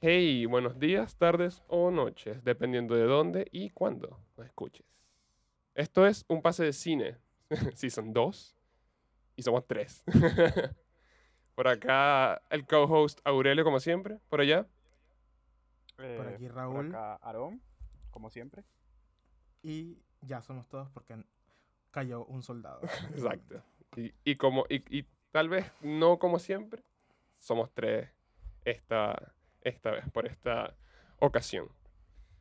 Hey, buenos días, tardes o noches, dependiendo de dónde y cuándo nos escuches. Esto es un pase de cine, season 2, y somos tres. Por acá el co-host Aurelio, como siempre, por allá. Por Eh, aquí por Raúl acá Aarón, como siempre. y ya somos todos porque cayó un soldado. Exacto. Y, y como, y, y tal vez no como siempre, somos tres esta, esta vez, por esta ocasión.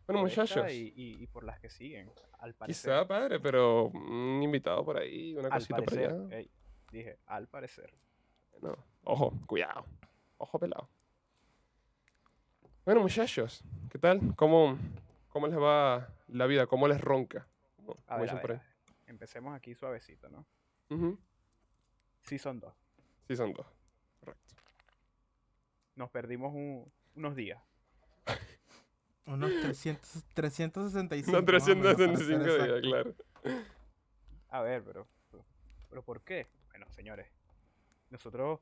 Bueno, Por esta muchachos. Y, y- y por las que siguen, al parecer. Quizá, padre, pero un invitado por ahí, una al cosita por parecer. allá. ey, dije, al parecer. No. Ojo, cuidado. Ojo pelado. Bueno, muchachos, ¿qué tal? ¿Cómo, cómo les va la vida? ¿Cómo les ronca? Como- A como ver, a dicen por ver, ahí. Empecemos aquí suavecito, ¿no? Ujú. Sí, son dos. Sí, son dos. Correcto. Nos perdimos un- unos días. Unos 300, 365. Son más o menos, para ser 365 días, exacto. claro. A ver, pero, pero ¿por qué? Bueno, señores, nosotros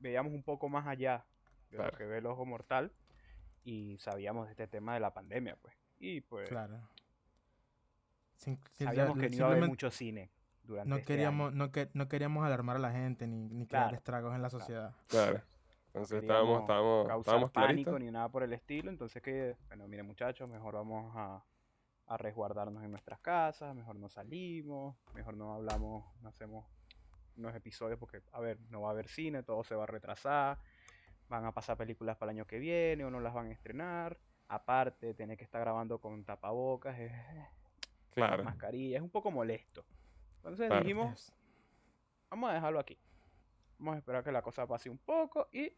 veíamos un poco más allá de Claro. lo que ve el ojo mortal y sabíamos de este tema de la pandemia, pues. Y pues Claro. Sin- sin- ya- sabíamos que no iba a haber simplemente mucho cine durante no este año. queríamos, no, que- no queríamos alarmar a la gente ni, ni crear Claro. estragos en la sociedad. Claro. Entonces estábamos, queríamos estábamos, causar estábamos pánico claritos. ni nada por el estilo. Entonces que, bueno, miren muchachos, mejor vamos a, a resguardarnos en nuestras casas, mejor no salimos, mejor no hablamos, no hacemos unos episodios porque, a ver, no va a haber cine, todo se va a retrasar, van a pasar películas para el año que viene o no las van a estrenar. Aparte, tener que estar grabando con tapabocas, es, Claro. mascarilla, es un poco molesto. Entonces Claro. dijimos, Es- vamos a dejarlo aquí. Vamos a esperar que la cosa pase un poco y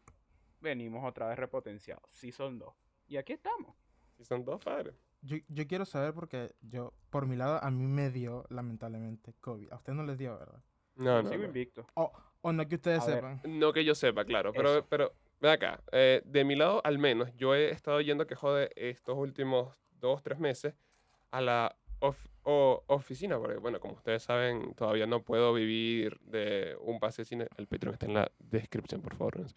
venimos otra vez repotenciados. Sí son dos. Y aquí estamos. Sí, son dos, padre. Yo, yo quiero saber porque yo, por mi lado, a mí me dio, lamentablemente, COVID. A ustedes no les dio, ¿verdad? No, no. Sigo no. invicto. O, o no que ustedes A ver. sepan. No que yo sepa, claro, pero, Eso. pero ven acá, eh, de mi lado al menos, yo he estado yendo que jode estos últimos dos, tres meses a la of- o- oficina, porque bueno, como ustedes saben, todavía no puedo vivir de un pase de cine, el Patreon está en la descripción, por favor. no sé.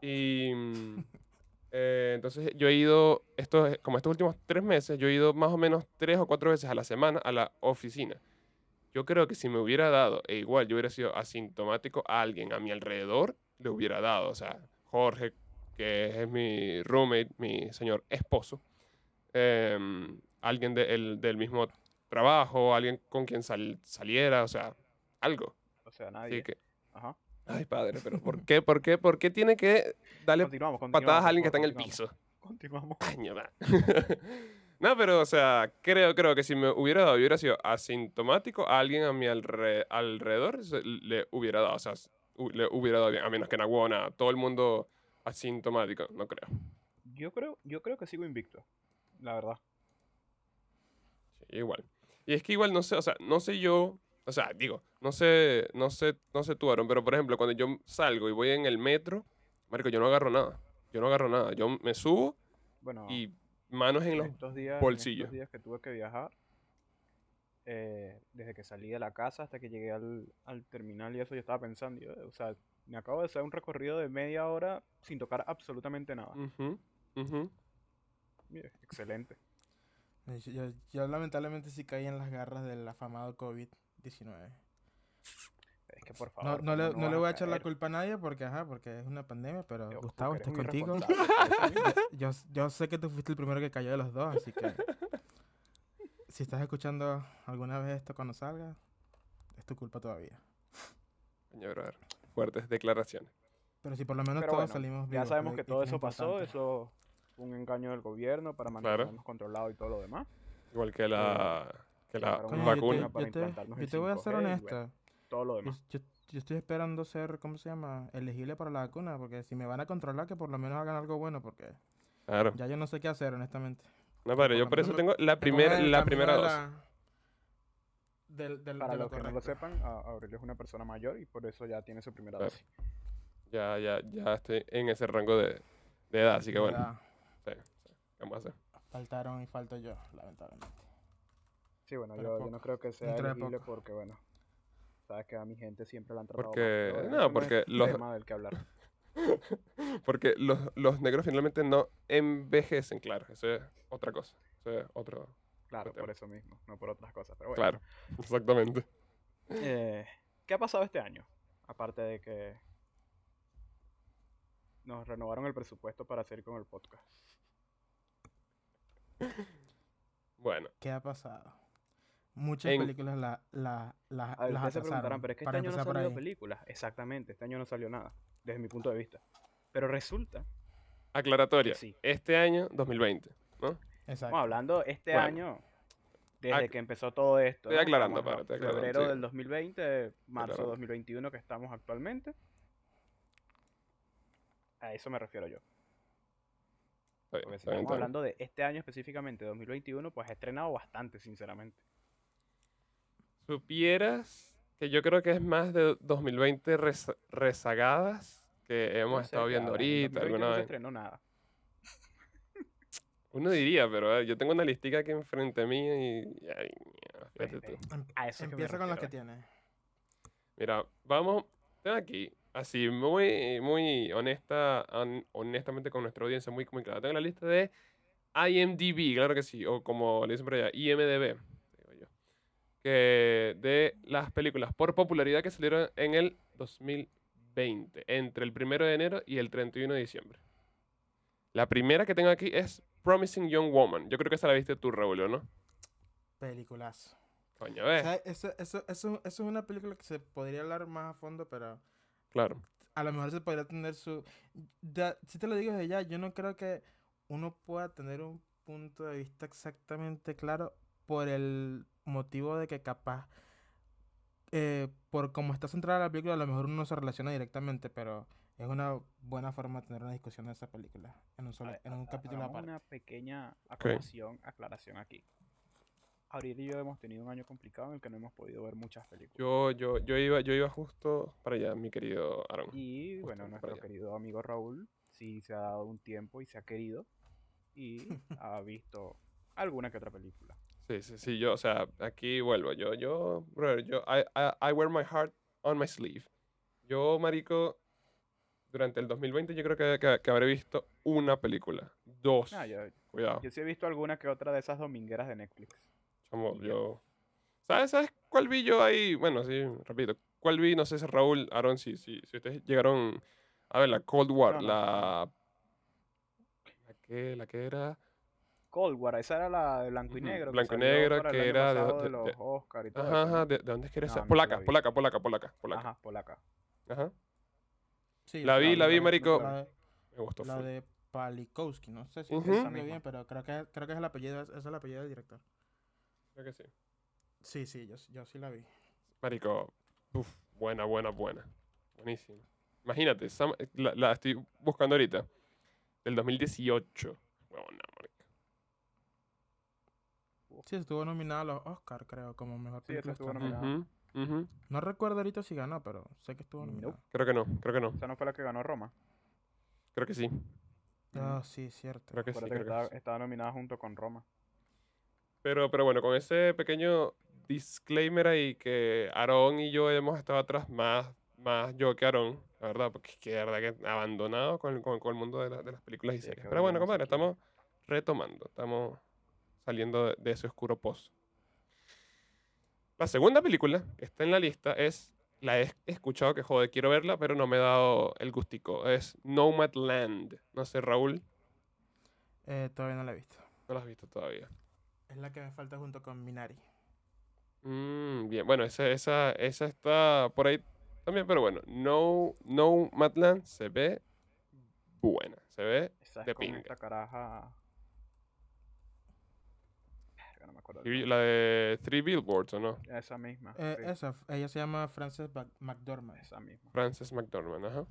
Y mm, eh, entonces yo he ido, estos, como estos últimos tres meses, yo he ido más o menos tres o cuatro veces a la semana a la oficina. Yo creo que si me hubiera dado, e igual yo hubiera sido asintomático, a alguien a mi alrededor le hubiera dado. O sea, Jorge, que es mi roommate, mi señor esposo, em, alguien de- el- del mismo trabajo, alguien con quien sal- saliera, o sea, algo. O sea, Así nadie. que, Ajá. ay padre, pero ¿por qué, por qué, por qué tiene que darle Continuamos, continuamos. patadas a por alguien que está favor, en el continuamos. piso? Continuamos. Coño, va. no, pero, o sea, creo, creo que si me hubiera dado, hubiera sido asintomático, a alguien a mi alre- alrededor se- le hubiera dado, o sea, hu- le hubiera dado bien, a menos que en Aguona, todo el mundo asintomático, no creo. Yo creo, yo creo que sigo invicto. La verdad. Sí, igual. Y es que igual no sé, o sea, no sé yo, o sea, digo, no sé, no sé, no sé tú, Aaron, pero por ejemplo, cuando yo salgo y voy en el metro, marico, yo no agarro nada, yo no agarro nada, yo me subo Bueno, y manos en en los... estos días, en estos bolsillos. días que tuve que viajar, eh, desde que salí de la casa hasta que llegué al, al terminal y eso, yo estaba pensando, yo, o sea, me acabo de hacer un recorrido de media hora sin tocar absolutamente nada. Ujú, ujú. Mira, Excelente. Yo, yo- yo lamentablemente sí caí en las garras del afamado COVID-19. Es que por No, favor. no, le, ¿cómo no le vas voy a echar la caer? culpa a nadie porque, ajá, porque es una pandemia, pero Yo, tú Gustavo, que estoy eres un contigo. irresponsable, por eso Yo, yo sé que tú fuiste el primero que cayó de los dos, así que si estás escuchando alguna vez esto cuando salga, es tu culpa todavía. Coño, brother, Fuertes declaraciones. Pero si por lo menos Pero todos bueno, salimos Ya vivos, sabemos lo- que lo todo es eso pasó, importante. eso fue un engaño del gobierno para mantenernos controlados y todo lo demás. Igual que la, que la sacaron Coño, una yo te- vacuna. vacuna para yo te- implantarnos yo el te voy a ser 5G y bueno, honesto. Todo lo Yo, demás. yo- yo estoy esperando ser, ¿cómo se llama? Elegible para la vacuna, porque si me van a controlar, que por lo menos hagan algo bueno, porque Claro. ya yo no sé qué hacer, honestamente. No, padre, yo Por por lo eso menos tengo la, Te primera pongas en el la camino primera de dosis. la- del- del- Para de lo los que no lo correcto. sepan, a- Aurelio es una persona mayor y por eso ya tiene su primera Claro. dosis. Ya, ya, ya estoy en ese rango de, de edad, Ah, así que bueno. Ya, sí, sí, ¿Qué vamos a hacer? Faltaron y falto yo, lamentablemente. Sí, bueno, Pero yo, yo poco. no creo que sea Dentro de elegible poco. porque, bueno, sabes que a mi gente siempre la han tratado mal, Porque, pero bueno, no, eso porque es los, tema del que hablar. Porque los, los negros finalmente no envejecen, claro. Eso es otra cosa. Eso es otro. Claro, tema. por eso mismo, no por otras cosas. Pero bueno. Claro, exactamente. Eh, ¿Qué ha pasado este año? Aparte de que nos renovaron el presupuesto para seguir con el podcast. Bueno, ¿Qué ha pasado? Muchas En- películas la, la, la- A ver, las ustedes se preguntarán, atrasaron. pero es que este para año no empezar por salió ahí. películas. Exactamente, este año no salió nada, desde mi punto de vista. Pero resulta, aclaratoria. Sí. Este año, 2020, ¿no? Exacto. bueno, hablando este Bueno. año, desde Ac- que empezó todo esto. Estoy aclarando, Estamos para, en estoy aclarando, Febrero sí. del 2020, marzo aclarando. de 2021 que estamos actualmente. A eso me refiero yo. Está bien, Porque está bien, si Pues está estamos bien. hablando de este año específicamente, 2021, pues ha estrenado bastante, sinceramente. Supieras que yo creo que es más de 2020 reza- rezagadas que hemos Entonces, estado viendo claro, en ahorita. 2021 Alguna no se vez. estrenó nada. Uno diría, pero eh, yo tengo una listica aquí enfrente mío y. y ay, mira, fíjate Este, tú. Em- A eso es que me Empieza con las que refiero. tiene. Mira, vamos, tengo aquí, así, muy, muy honesta, hon- honestamente con nuestra audiencia, muy, muy clara. Tengo la lista de IMDb, claro que sí, o como le dicen por allá, IMDb, digo yo, que de las películas por popularidad que salieron en el 2020, entre el 1 de enero y el 31 de diciembre. La primera que tengo aquí es Promising Young Woman. Yo creo que esa la viste tú, Raúl, ¿o ¿no? Películas. Coño, ves, eso, eso, eso, eso es una película que se podría hablar más a fondo, pero claro. a lo mejor se podría tener su... da- si te lo digo desde ya, yo no creo que uno pueda tener un punto de vista exactamente claro por el motivo de que capaz, eh, por cómo está centrada la película, a lo mejor uno no se relaciona directamente, pero es una buena forma de tener una discusión de esa película en un, solo, A ver, en un ha- capítulo hagamos aparte. ah, una pequeña acotación, aclaración aquí. Abril y yo hemos tenido un año complicado en el que no hemos podido ver muchas películas. Yo, yo, yo iba, yo iba justo para allá, mi querido Aaron. y justamente bueno, para nuestro allá. querido amigo Raúl sí se ha dado un tiempo y se ha querido y ha visto alguna que otra película. Sí, sí, sí, yo, o sea, aquí vuelvo. Yo, yo, brother, yo, I, I, I wear my heart on my sleeve. Yo, marico, durante el 2020 yo creo que, que- que habré visto una película. Dos. No, yo, Cuidado, yo sí he visto alguna que otra de esas domingueras de Netflix. chamo, ya. yo... ¿Sabes, ¿Sabes cuál vi yo ahí? Bueno, sí, repito. ¿Cuál vi? No sé si Raúl, Aaron, si, si, si ustedes llegaron a ver la Cold War, No, no. la... La que, la que era... Cold War, esa era la de blanco y Ujú, negro. que blanco y salió negro, para el que año era de- pasado de- de los de- Oscar y todo Ajá, eso, ¿no? ajá, ¿de, de dónde es que era No, esa? no se la Polaca, vi. polaca, polaca, polaca, polaca. Ajá, polaca. Ajá. Sí, La vi, la vi, no, no, marico. no, La, Me gustó. la full. de Palikowski, no sé si Ujú. estoy Esa diciendo bien, misma. pero creo que, creo que es el apellido, es es el apellido del director. Creo que sí. Sí, sí, yo, yo sí la vi. Marico, uf, buena, buena, buena. Buenísima. Imagínate, esa- la, la estoy buscando ahorita. Del 2018. Huevona, marico. Sí, estuvo nominada a los Oscar, creo, como mejor Sí, esa película estuvo extranjera. nominada. Ujú, ujú. No recuerdo ahorita si ganó, pero sé que estuvo Nope. nominada. Creo que no, creo que no. Esa no fue la que ganó Roma. Creo que sí. Ah, Mm. sí, cierto. Creo que sí. Acuérdate creo que que estaba, sí. estaba nominada junto con Roma. Pero, pero bueno, con ese pequeño disclaimer ahí que Aarón y yo hemos estado atrás más, más yo que Aarón, la verdad, porque es que de verdad que abandonado con, con- con el mundo de, la- de las películas y Sí, es que series. Pero bueno, volvemos compadre, aquí. estamos retomando, estamos saliendo de, de ese oscuro pozo. La segunda película que está en la lista es, la he escuchado que jode, quiero verla, pero no me he dado el gustico. Es Nomadland. No sé, Raúl, Eh, todavía no la he visto. no la has visto todavía. Es la que me falta junto con Minari. Mm, bien, bueno, esa, esa, esa está por ahí también, pero bueno, No, no Matland se ve buena, se ve Esa es De con pinga. esta caraja. Verga, No me acuerdo. del y la de Three Billboards, ¿o no? nombre. Esa misma. Eh, sí, Esa, ella se llama Frances Mac- McDormand, Esa misma. Frances McDormand, ajá.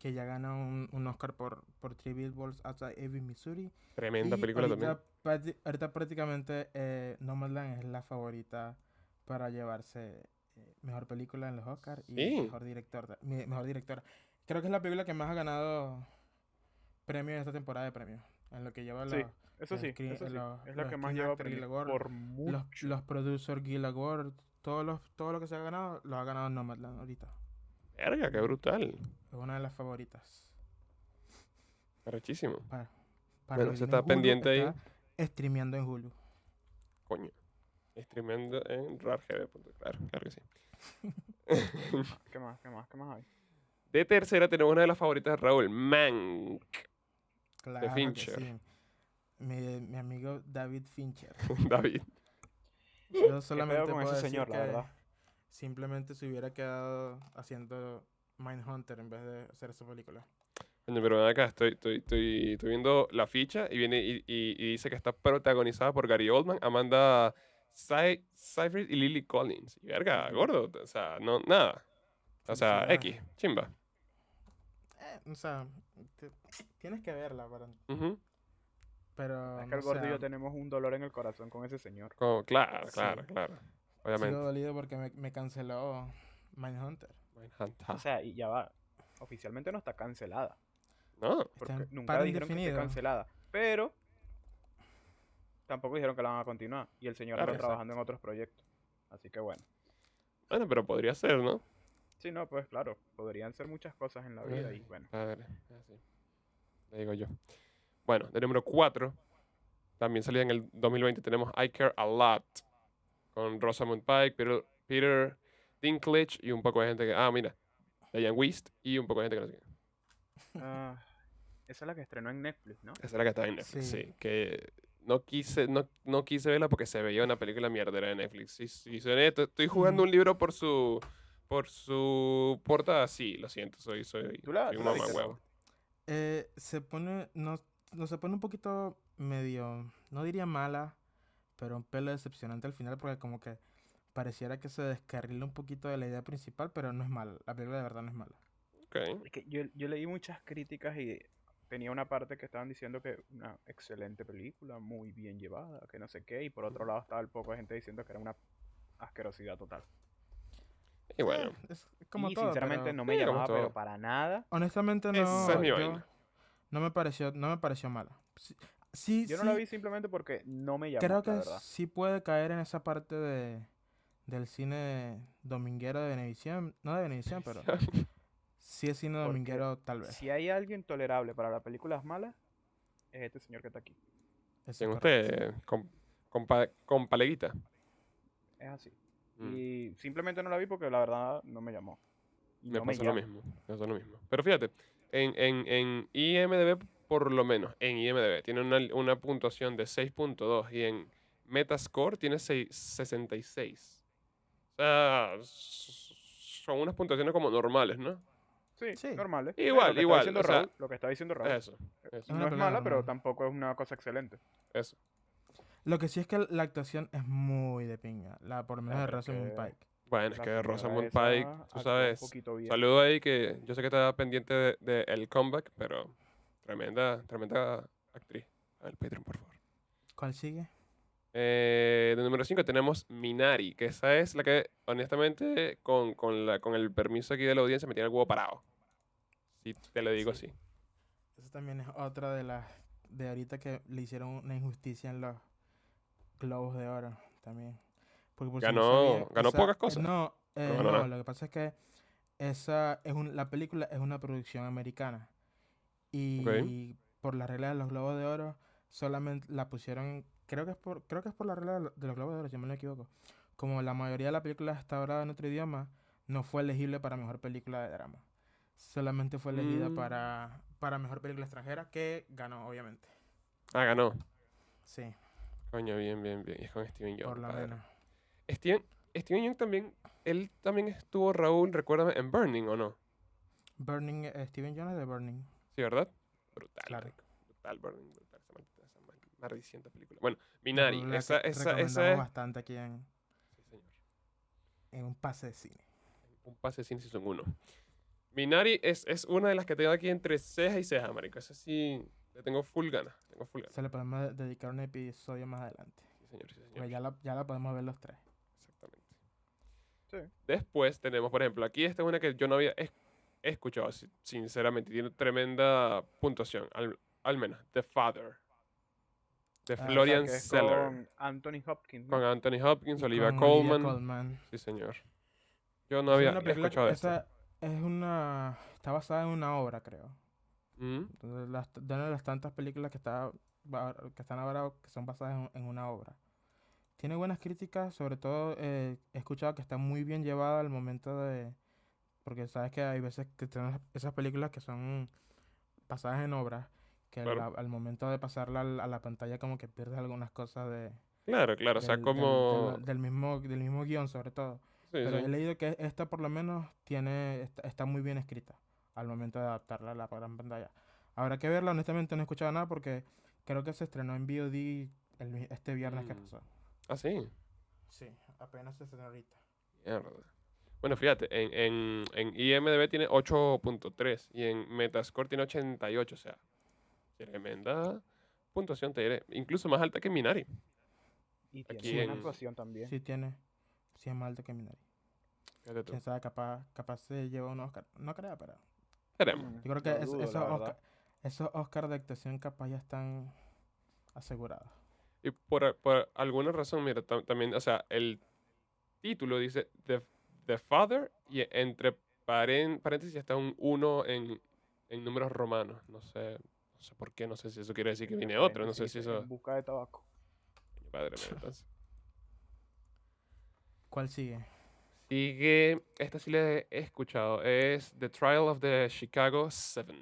que ya ganó un, un Oscar por, por Three Billboards Outside Ebbing, Missouri. Tremenda Y película ahorita, también. prácti- ahorita prácticamente eh, Nomadland es la favorita para llevarse eh, mejor película en los Oscars y Sí. mejor director. ta- mi- Mejor directora. Creo que es la película que más ha ganado premios en esta temporada de premios. En lo que lleva Sí, los, Eso los sí, screen- eso sí. los- es la los que más Screen lleva Actor Guild premios, Award, por los, mucho. los Producer Guild Award, todos los, todo lo que se ha ganado, lo ha ganado Nomadland ahorita. Verga, qué brutal. Es Es una de las favoritas. Arrechísimo. Para, Bueno, que eso viene está pendiente ahí. Está streameando en Hulu. Coño. Streameando en RARGB. Claro, claro que sí. ¿Qué más? ¿Qué más? ¿Qué más hay? De tercera tenemos una de las favoritas de Raúl, Mank. Claro que Fincher. sí. Mi, mi amigo David Fincher. David. Yo solamente con puedo ese decir señor, la que verdad. simplemente se hubiera quedado haciendo Mindhunter en vez de hacer esa película. Coño, pero ven acá, estoy, estoy, estoy, estoy viendo la ficha y viene y, y- y dice que está protagonizada por Gary Oldman, Amanda Sey- Seyfried y Lily Collins. Y verga, gordo. O sea, no, nada. O Sí, sea, nada. X, chimba. Eh, o sea, te- tienes que verla, para, Ujú. pero... es que el no gordo y sé, yo tenemos un dolor en el corazón con ese señor. Como- claro, Sí. claro, claro. Sigo Obviamente. dolido porque me, me canceló Mindhunter. Mindhunter. O sea, y ya va. Oficialmente no está cancelada. No, Porque en nunca paro dijeron que indefinido. esté cancelada. Pero tampoco dijeron que la van a continuar. Y el señor Claro, está trabajando en otros proyectos. Así que bueno. bueno, pero podría ser, ¿no? Sí, no, pues claro. Podrían ser muchas cosas en la vida. Y bueno. Padre, así. Le ah, digo yo. Bueno, de número 4, también salida en el 2020, tenemos I Care A Lot, con Rosamund Pike, Peter, Peter Dinklage y un poco de gente que... Ah, mira, Diane Wist y un poco de gente que no sé qué. ah, esa es la que estrenó en Netflix, ¿no? Esa es la que estaba en Netflix, sí. Sí. que no quise, no, no quise verla porque se veía una película mierdera de Netflix. Si, si soy honesto, estoy jugando un libro por su... Por su portada, sí, lo siento, soy, soy, ¿Tú la- soy un tú la mamá viste, huevo. Eh, se pone, no, no, se pone un poquito medio, no diría mala, pero un pelo decepcionante al final porque como que pareciera que se descarrila un poquito de la idea principal, pero no es mala. La película de verdad no es mala. Ok. Es que yo, yo leí muchas críticas y tenía una parte que estaban diciendo que una excelente película, muy bien llevada, que no sé qué, y por otro lado estaba el poco de gente diciendo que era una asquerosidad total. Y bueno. Eh, es como y todo, sinceramente pero no me Sí, como llamaba todo. pero para nada. Honestamente no. Esa es mi yo- vaina. No me pareció, no me pareció mala. Sí, sí, Yo no la sí, vi simplemente porque no me llamó, creo la que verdad. sí puede caer en esa parte de del cine dominguero de Venevisión, no de Venevisión, pero sí es cine Porque dominguero tal vez. Si hay alguien tolerable para las películas malas, es este señor que está aquí. Eso Tiene es correcto. usted eh. con, con, pa- con paleguita. Es así. Mm. Y simplemente no la vi porque la verdad no me llamó. Y Me no pasó lo llama. mismo. Me pasó lo mismo. Pero fíjate, en, en, en IMDB, por lo menos, en IMDB, tiene una, una puntuación de 6.2 y en Metascore tiene seis- 66. O sea, s- son unas puntuaciones como normales, ¿no? Sí, Sí. normal. ¿eh? Eh, Igual, lo que está igual, diciendo o sea, Raúl, lo que está diciendo Raúl. Eso, eso, Ah, No es pero mala, no, pero no. tampoco es una cosa excelente. eso. Lo que sí es que la actuación es muy de pinga, la por lo menos de Claro, es Rosamund que- Pike. Bueno, es La que señora Rosamund esa Pike, actúa tú un sabes, poquito bien. Saludo ahí que yo sé que estaba pendiente del de, el comeback, pero tremenda, tremenda actriz. Al Patreon, por favor. ¿Cuál sigue? Eh, de número 5 tenemos Minari, que esa es la que, honestamente, con, con, la, con el permiso aquí de la audiencia, me tiene el huevo parado. Si te lo digo así. Esa también es otra de las de ahorita que le hicieron una injusticia en los Globos de Oro también. Porque por si no Ganó- sabían, ganó esa- pocas cosas. No, eh, ganó no, nada. lo que pasa es que esa es un- la película es una producción americana. Y por las reglas de los Globos de Oro solamente la pusieron, creo que es por creo que es por la regla de lo- de los Globos de Oro, si no me equivoco. Como la mayoría de la película está hablada en otro idioma, no fue elegible para mejor película de drama. Solamente fue elegida Mm. para, para mejor película extranjera, que ganó, obviamente. Ah, ganó. Sí, Coño, bien, bien, bien. Y es con Steven Young. por lo padre. menos. Steven, Steven Young también, él también estuvo, Raúl, recuérdame, en Burning, ¿o no? Burning, eh, Steven Jones de Burning. Sí, ¿verdad? Brutal, Claro. marico, Brutal, Burning, brutal. Esa maldita, esa mal- maldicienta película. Bueno, Minari, la que esa, esa, esa recomendamos es... bastante aquí en, Sí, señor. en un pase de cine. Un pase sin season 1. Minari es, es una de las que tengo aquí entre ceja y ceja, marico. Esa sí, le tengo full ganas. Tengo full ganas. Se le podemos de- dedicar un episodio más adelante. Sí, señor, sí, señor. Porque ya la, ya la podemos ver los tres. Exactamente. Sí. Después tenemos, por ejemplo, aquí esta es una que yo no había es- escuchado, si- sinceramente. Tiene tremenda puntuación, al, al menos. The Father. De Ah, o sea, Florian que es Seller. Con, Con Anthony Hopkins. ¿no? Anthony Hopkins, Y Olivia con Olivia Colman. Sí, señor. Yo no Esa es había una película que- escuchado de esa, es una. Está basada en una obra, creo. Mm, Entonces, las- de una de las tantas películas que, está, va- que están ahora que son basadas en, en una obra. Tiene buenas críticas, sobre todo eh, he escuchado que está muy bien llevada al momento de... Porque sabes que hay veces que tenemos esas películas que son basadas en obras, que al- Claro. al momento de pasarla al- a la pantalla como que pierdes algunas cosas de... Claro, claro, o sea, del- del- como... del- del mismo, del mismo guión sobre todo. sí, Pero sí. he leído que esta por lo menos tiene está, está muy bien escrita al momento de adaptarla a la gran pantalla. Habrá que verla, honestamente no he escuchado nada porque creo que se estrenó en VOD el vi- este viernes que Mm. pasó. Ah, sí. Sí, apenas se estrenó ahorita. Mierda. Bueno, fíjate, en, en, en IMDB tiene 8.3 y en Metascore tiene 88, o sea, tremenda puntuación, te diré. Incluso más alta que Minari. Y Aquí tiene una en- actuación también. Sí tiene, sí es más alto que Minari. Fíjate tú. Quién sabe, capaz, capaz se lleva un Oscar. No creo, pero Veremos. yo creo que Lo es- dudo, la esos, verdad. Oscar, esos Oscar de actuación capaz ya están asegurados. Y por, a- por alguna razón, mira, tam- también, o sea, el título dice The, The Father y entre paren- paréntesis está un 1 en, en números romanos. No sé, no sé por qué, no sé si eso quiere decir que viene otro, no sé si Paréntesis, eso... En busca de tabaco. Coño, Padre, mío, entonces. ¿Cuál sigue? Sigue, esta sí la he escuchado, es The Trial of the Chicago 7,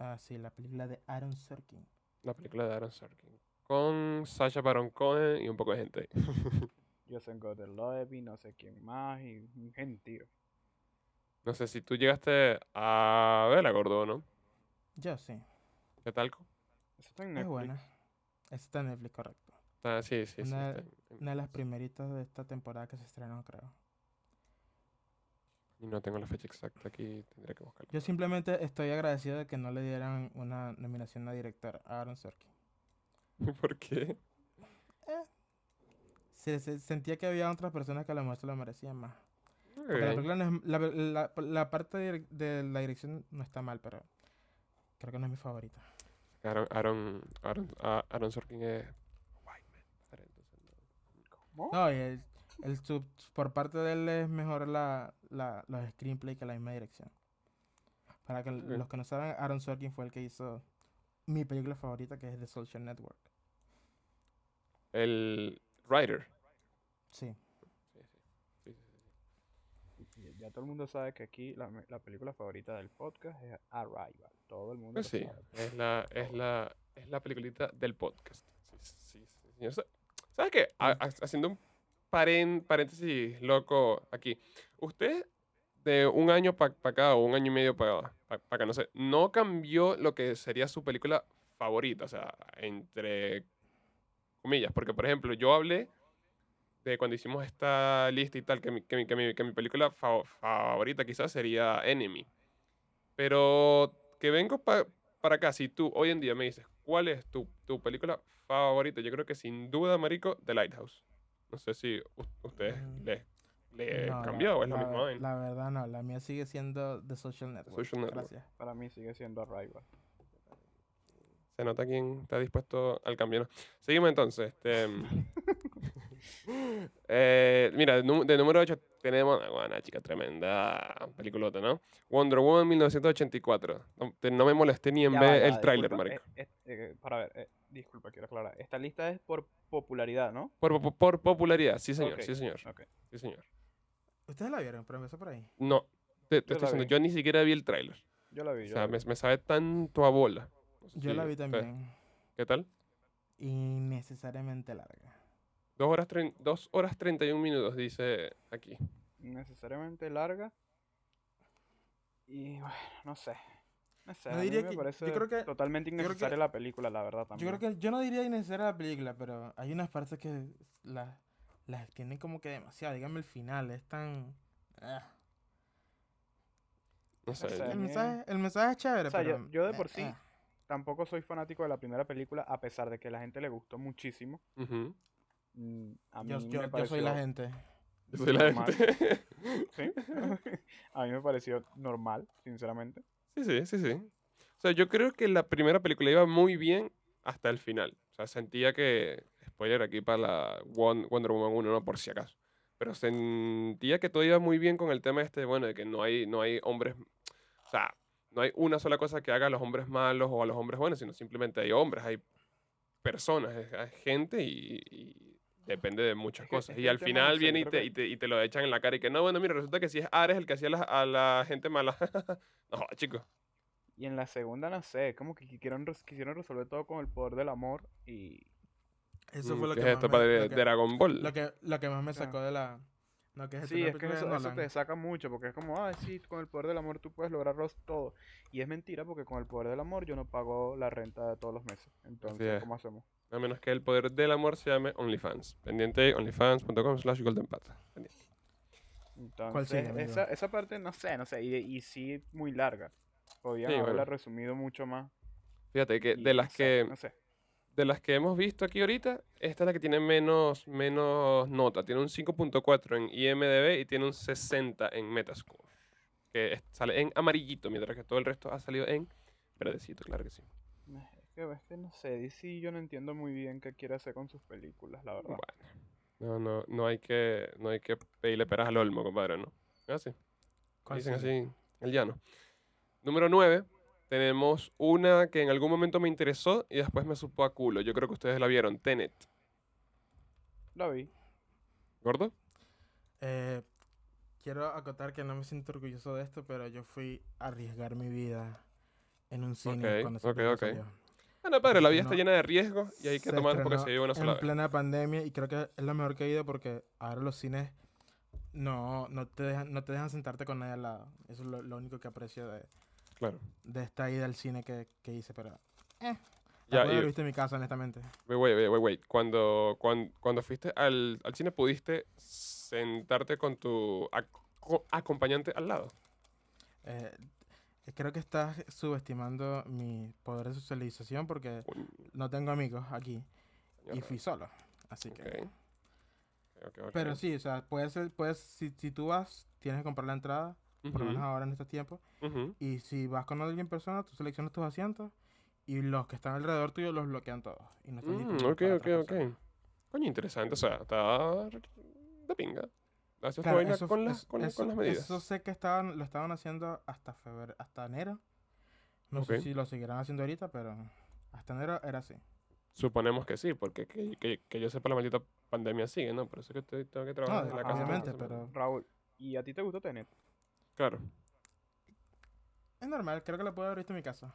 Ah, sí, la película de Aaron Sorkin. la película de Aaron Sorkin, con Sacha Baron Cohen y un poco de gente. ahí. Joseph Gordon Levitt, no sé quién más, y un gentío. No sé si tú llegaste a verla, gordo, ¿no? Yo sí. ¿Qué tal? Eso está en Es Netflix. buena. Está en Netflix, correcto. Ah, sí, sí, sí. Una- está en- en- Una de las primeritas de esta temporada que se estrenó, creo. Y no tengo la fecha exacta aquí, tendría que buscarla. Yo simplemente estoy agradecido de que no le dieran una nominación a director a Aaron Sorkin. ¿Por qué? Se, se- sentía que había otras personas que a lo mejor se lo merecían más. Porque la Ok. película no es- la, la- la parte direc- de la dirección no está mal, pero creo que no es mi favorita. Aaron, Aaron, Aaron, a- Aaron Sorkin es white man. padre, entonces no- ¿Cómo? No, y el, el sub- por parte de él es mejor la, la- los screenplay que la misma dirección. Para que Ok. los que no saben, Aaron Sorkin fue el que hizo mi película favorita, que es The Social Network. El writer. Sí. Sí, sí, sí, sí, sí. Ya- Ya todo el mundo sabe que aquí la, me- la película favorita del podcast es Arrival. Todo el mundo Pues lo sí, sabe. es la, es la, es la peliculita del podcast. Sí, sí, sí, señor. Sa- ¿Sabes qué? Ha- ha- haciendo un paren- paréntesis loco aquí. Usted, de un año para acá o un año y medio para acá, no sé, no cambió lo que sería su película favorita, o sea, entre comillas. Porque, por ejemplo, yo hablé de cuando hicimos esta lista y tal, que mi, que mi, que mi, que mi película fa- favorita quizás sería Enemy. Pero que vengo pa- para acá, si tú hoy en día me dices, ¿cuál es tu, tu película favorita? Yo creo que sin duda, Marico, The Lighthouse. No sé si u- ustedes Mm. le, le No, la- eh, cambió o es la, la misma ver- vaina. La verdad no, la mía sigue siendo The Social Network. Social Network. Gracias. Para mí sigue siendo Arrival. Se nota quién está dispuesto al cambio. ¿no? Seguimos entonces. Este, eh, mira, de nu- de número 8 tenemos ah, una chica tremenda peliculota, ¿no? Wonder Woman 1984. No, te- no me molesté ni en Ya va, ver ya el va, tráiler, disculpa, marico. eh, eh, eh, para ver, eh, disculpa, quiero aclarar. Esta lista es por popularidad, ¿no? Por, por- por popularidad, sí señor, Ok, sí señor, ok. sí señor. Ustedes la vieron, pero empezó por ahí. No, te, te estoy Yo la diciendo, vi. yo ni siquiera vi el tráiler. Yo la O vi. yo sea, la me, vi. me sabe tanto a bola. No sé Yo la si vi ustedes- también. ¿Qué tal? Innecesariamente larga. Dos horas, trein- dos horas 31 minutos, dice aquí. Necesariamente larga. Y bueno, no sé. No sé, No a mí diría me que- yo parece creo que- totalmente yo creo que- innecesaria la película, la verdad Yo también. creo que yo no diría innecesaria la película, pero hay unas partes que la- las extienden como que demasiado. Dígame el final, es tan. Ah. No sé. sé. yo- El, También- mensaje, el mensaje es chévere, O sea, yo- pero. yo de por eh, sí- eh. Tampoco soy fanático de la primera película, a pesar de que la gente le gustó muchísimo. Ujú. Mm, A mí Yo, me yo- yo soy la pareció- gente. Yo soy la Normal. gente. Sí. a mí me pareció normal, sinceramente. Sí, sí, sí, sí. O sea, yo creo que la primera película iba muy bien hasta el final. O sea, sentía que, spoiler aquí para la Won- Wonder Woman 1, no por si acaso. pero sentía que todo iba muy bien con el tema este, bueno, de que no hay, no hay hombres, o sea, no hay una sola cosa que haga a los hombres malos o a los hombres buenos, sino simplemente hay hombres, hay personas, es- hay gente y, y depende de muchas Es que- cosas. es que Y el al tema final es ese, viene y yo te, creo y, te, y te lo echan en la cara y que no, bueno, mira, resulta que si es Ares el que hacía la- a la gente mala. no, chicos. Y en la segunda, no sé, como que quisieron, res- quisieron resolver todo con el poder del amor y... Eso Mm, fue lo ¿qué que, es más esto me, para lo, de- que, Dragon Ball? lo que- lo que más me sea, sacó de la... No, que es esto Sí, una es que película de eso, eso Nolan. te saca mucho, porque es como, ah, sí, con el poder del amor tú puedes lograrlo todo. Y es mentira, porque con el poder del amor yo no pago la renta de todos los meses. Entonces, es. ¿cómo hacemos? A menos que el poder del amor se llame OnlyFans. Pendiente onlyfans.com slash goldenpata. Pendiente. Entonces, sigue, amigo? esa, esa parte, no sé, no sé, y, y sí, muy larga. Podían Sí, haberla bueno. resumido mucho más. Fíjate que y de las no sé, que no sé. de las que hemos visto aquí ahorita, esta es la que tiene menos menos nota, tiene un 5.4 en IMDb y tiene un 60 en Metascore. Que es- sale en amarillito, mientras que todo el resto ha salido en verdecito, claro que sí. Es que, es que este no sé, DC yo no entiendo muy bien qué quiere hacer con sus películas, la verdad. Bueno. No, no, no hay que no hay que pedirle peras al olmo, compadre, ¿no? Ah, sí. ¿Cuál Dicen sigue? así, el llano. Número 9, tenemos una que en algún momento me interesó y después me supo a culo. Yo creo que ustedes la vieron, Tenet. La vi. ¿Gordo? Eh, quiero acotar que no me siento orgulloso de esto, pero yo fui a arriesgar mi vida en un cine Ok, cuando ok, película ok. salió. Bueno, Ah, padre, la vida está Estrenó- llena de riesgos y hay que Se tomar porque estrenó se vive una sola En vez. plena pandemia y creo que es lo mejor que he ido porque ahora los cines no, no, te, dejan, no te dejan sentarte con nadie al lado. Eso es lo, lo único que aprecio de, Claro. de esta ida al cine que, que hice, pero... Eh, Ya, la pude haber y- visto en mi casa, honestamente. Wait, wait, wait, wait, wait. Cuando, cuando, cuando fuiste al, al cine, ¿pudiste sentarte con tu aco- acompañante al lado? Eh, creo que estás subestimando mi poder de socialización porque Coño, no tengo amigos aquí y raro. fui solo. Así que... Ok. Ok, ok, Pero ok. sí, o sea, puede ser, puedes, si, si tú vas, tienes que comprar la entrada, por lo menos Ujú, ahora en estos tiempos. ujú. Y si vas con alguien en persona, tú seleccionas tus asientos y los que están alrededor tuyo los bloquean todos. Y no están Mm, disponibles ok, para ok, otras ok. personas. Coño, interesante. O sea, está re- de pinga. Haces tu Claro, vaina eso, con, las, es- con, eso, con las medidas. eso sé que estaban, lo estaban haciendo hasta febrero, hasta enero. No Ok. sé si lo seguirán haciendo ahorita, pero hasta enero era así. Suponemos que sí, porque que, que- que yo sepa la maldita pandemia sigue, ¿no? Por eso es que estoy- tengo que trabajar No, desde la casa. toda esta obviamente, semana. pero Raúl, ¿y a ti te gustó Tenet? Claro. es normal, creo que lo puedo haber visto en mi casa.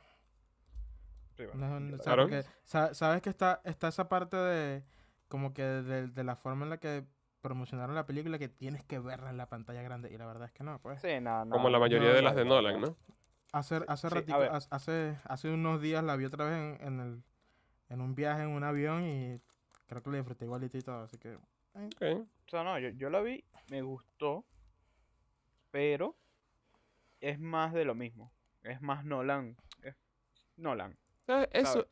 Sí, bueno, No, yo la no, o vi. sea, Claro. porque sa- sabes que está, está esa parte de como que de, de la forma en la que promocionaron la película que tienes que verla en la pantalla grande y la verdad es que no, pues. Sí, nada, Como la nada, mayoría yo de la las vi, de la Nolan, verdad. ¿no? Hace, sí, hace a ratico, ver. ha- hace, hace unos días la vi otra vez en, en el, en un viaje en un avión y creo que la disfruté igualito y todo, así que Ok. O sea, no, yo, yo la vi, me gustó, pero es más de lo mismo. Es más Nolan. Es Nolan. ¿Sabes? Eso, ¿Sabes?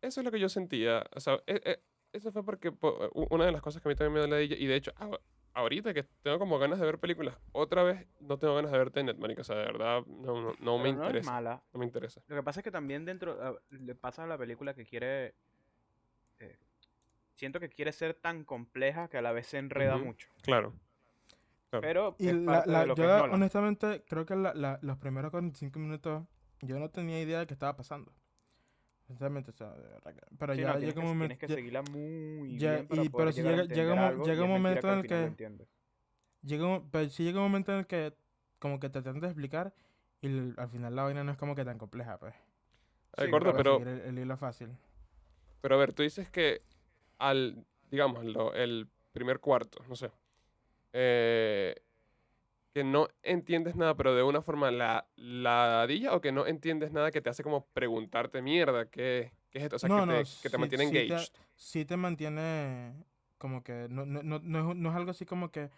eso es lo que yo sentía. O sea, e- e- eso fue porque po- u- una de las cosas que a mí también me da ladilla, y de hecho, ah, ahorita que tengo como ganas de ver películas, otra vez no tengo ganas de ver Tenet, marico. O sea, de verdad, no, no, no me pero no es interesa. mala. No me interesa. Lo que pasa es que también dentro a- le pasa a la película que quiere. eh, siento que quiere ser tan compleja que a la vez se enreda Ujú. mucho. Claro. Claro. Pero Y es la- parte la- de lo que yo es Nolan. honestamente creo que la- la- los primeros 45 minutos yo no tenía idea de qué estaba pasando. Honestamente, o sea, de verdad que- pero Sí, no, ya tienes, llega un que, momento... tienes que ya- seguirla muy ya- bien para y- poder pero si llegar a llega- llega entender un- algo, y llega un es mentira que momento al en el final lo que- entiendes. Llega un, pero sí llega un momento en el que como que te tratan de explicar y l- al final la vaina no es como que tan compleja, pues. Ay, Sí, gordo, claro. pero, Seguir el, el hilo fácil. pero a ver, tú dices que al, digamos, lo- el primer cuarto, no sé, eh, que no entiendes nada, pero de una forma la ladilla o que no entiendes nada que te hace como preguntarte mierda, ¿qué, qué es esto? O sea, no, que, no, te, que te mantiene sí te, engaged. sí te mantiene como que no, no, no, no es, un- no es algo así como que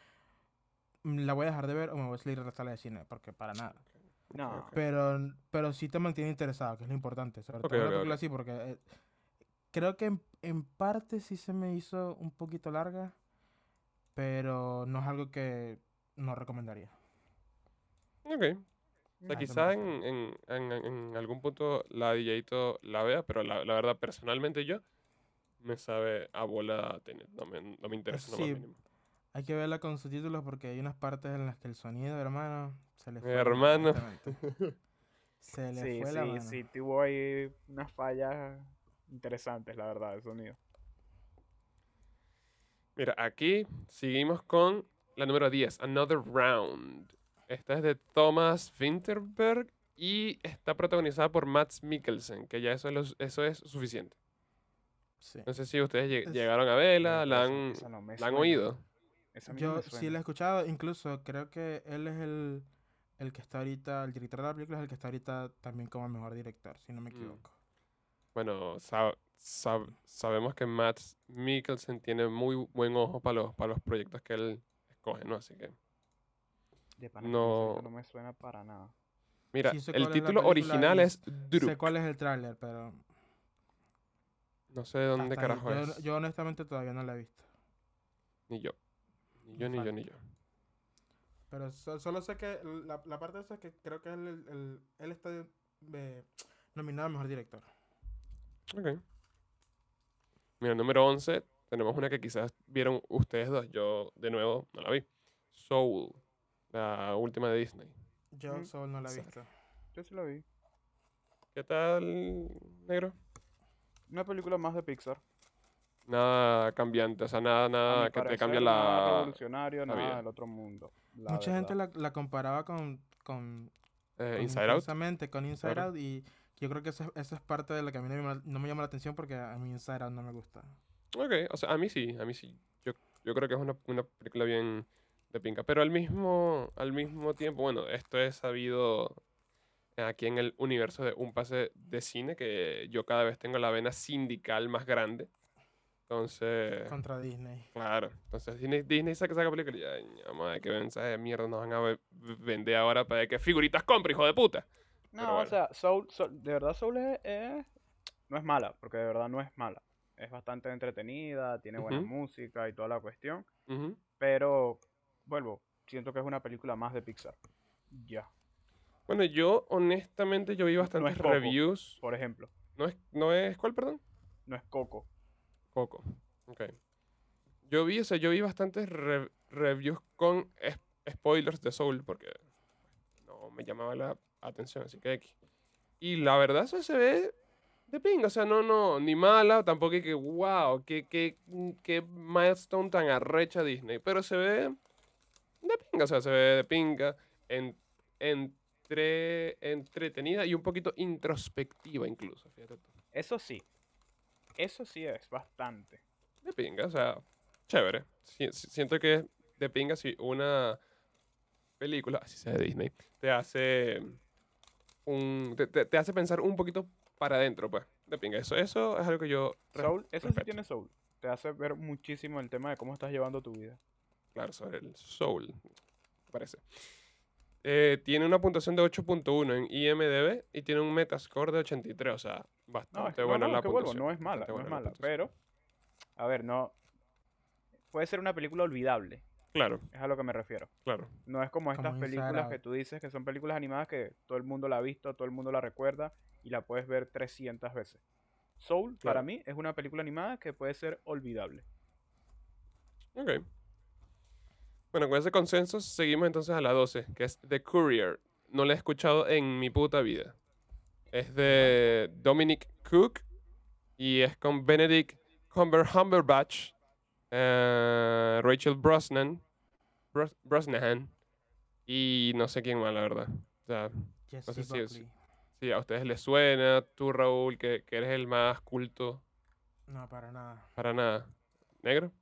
mm, la voy a dejar de ver o me voy a salir de la sala de cine, porque para nada. No. Ok, ok. Pero, pero sí te mantiene interesado, que es lo importante. Sobre Ok, todo en una ok, película así, porque eh, creo que en, en parte sí se me hizo un poquito larga, pero no es algo que no recomendaría. Ok. O sea, Ah, eso me quizá en, refiero. en- en- en- en algún punto la DJito la vea, pero la, la verdad, personalmente yo me sabe a bola tener. No me, no me interesa, no más Sí, mínimo. Hay que verla con subtítulos porque hay unas partes en las que el sonido, hermano, se le fue. Hermano. completamente. Se le Sí, fue sí, la mano. sí, tuvo ahí unas fallas interesantes, la verdad, el sonido. Mira, aquí seguimos con la número 10, Another Round. Esta es de Thomas Winterberg y está protagonizada por Max Mikkelsen, que ya eso es, lo- eso es suficiente. Sí. No sé si ustedes lle- Es- llegaron a verla, Esa- la esa- han, esa no me la han suena. oído. Esa a mí no Yo me sí suena. la he escuchado, incluso creo que él es el, el que está ahorita, el director de la película es el que está ahorita también como mejor director, si no me Mm. equivoco. Bueno, sa- sab- sabemos que Max Mikkelsen tiene muy buen ojo para los, para los proyectos que él escoge, ¿no? Así que, De pana que esa No. ahorita no me suena para nada. mira, Sí, sé el cuál es la título película original y es Sé Druk. cuál es el tráiler, pero No sé de dónde hasta ahí. carajo yo, es. yo honestamente todavía no la he visto. Ni yo. Ni Me yo, ni yo, falta. ni yo. Pero so- solo sé que el- la, la parte de eso es que creo que él, el- el- él está eh, nominado a mejor director. Ok. Mira, número 11, tenemos una que quizás vieron ustedes dos. Yo, de nuevo, no la vi. Soul, la última de Disney. Yo Mm, solo no la he exacto. visto. Yo sí la vi. ¿Qué tal, negro? Una película más de Pixar. Nada cambiante, o sea, nada, a nada mi Ah, que te cambie parecer, Nada la revolucionario, la nada vida. del otro mundo. la Mucha gente verdad. la, la comparaba con, con eh, con Inside Out. Intensamente, con Inside Claro. Out y yo creo que eso, es- eso es parte de lo que a mí no me, llama- no me llama la atención porque a mí Inside Out no me gusta. Ok, o sea, a mí sí, a mí sí. Yo, yo creo que es una, una película bien de pinca. Pero al mismo, al mismo tiempo, bueno, esto es sabido aquí en el universo de un pase de cine, que yo cada vez tengo la vena sindical más grande. Entonces, Contra Disney. claro. Entonces Disney, Disney saca, saca película. y Ya, ña madre, qué mensaje de mierda nos van a ve- vender ahora para que figuritas compre, hijo de puta. No, Pero bueno. o sea, Soul, Soul- de verdad Soul es, es- no es mala, porque de verdad no es mala. Es bastante entretenida, tiene buena Ujú. música y toda la cuestión, Ujú. pero vuelvo, siento que es una película más de Pixar. Ya, Bueno, yo honestamente yo vi bastantes es Coco. reviews. por ejemplo, ¿No es, ¿No es cuál, perdón? no es Coco. Coco. Ok. Yo vi, o sea, yo vi bastantes re- reviews con es- spoilers de Soul porque no me llamaba la atención, así que X. Y la verdad, eso se ve de pinga, o sea, no, no, ni mala, tampoco es que, wow, qué, qué, qué milestone tan arrecha Disney, pero se ve de pinga, o sea, se ve de pinga, en- entre, entretenida y un poquito introspectiva incluso, fíjate tú. Eso sí, eso sí es bastante. De pinga, o sea, chévere. Si- si- siento que es de pinga si una película, así sea de Disney, te hace un. te, te- te hace pensar un poquito para adentro, pues. De pinga. Eso, eso es algo que yo. res- Soul, eso sí respeto. tiene Soul. Te hace ver muchísimo el tema de cómo estás llevando tu vida. Claro, sobre el soul, me parece. Eh, tiene una puntuación de 8.1 en IMDB y tiene un metascore de 83, o sea, No, es bastante que, no, buena no, la que vuelvo, puntuación. no es mala, bastante no es buena la mala, puntuación. pero, a ver, no, puede ser una película olvidable, Claro, es a lo que me refiero. claro. No es como estas Como Inside películas que Out. tú dices que son películas animadas que todo el mundo la ha visto, todo el mundo la recuerda y la puedes ver 300 veces. Soul, para Claro. mí, es una película animada que puede ser olvidable. Ok. Bueno, con ese consenso seguimos entonces a la 12, que es The Courier. No la he escuchado en mi puta vida. Es de Dominic Cook y es con Benedict Cumber Cumberbatch, eh, Rachel Brosnan, Bros- Brosnahan y no sé quién más, la verdad. O sea, Jesse sé si es- Buckley. si a ustedes les suena, tú Raúl, que, que eres el más culto, No, para nada. para nada. ¿Negro?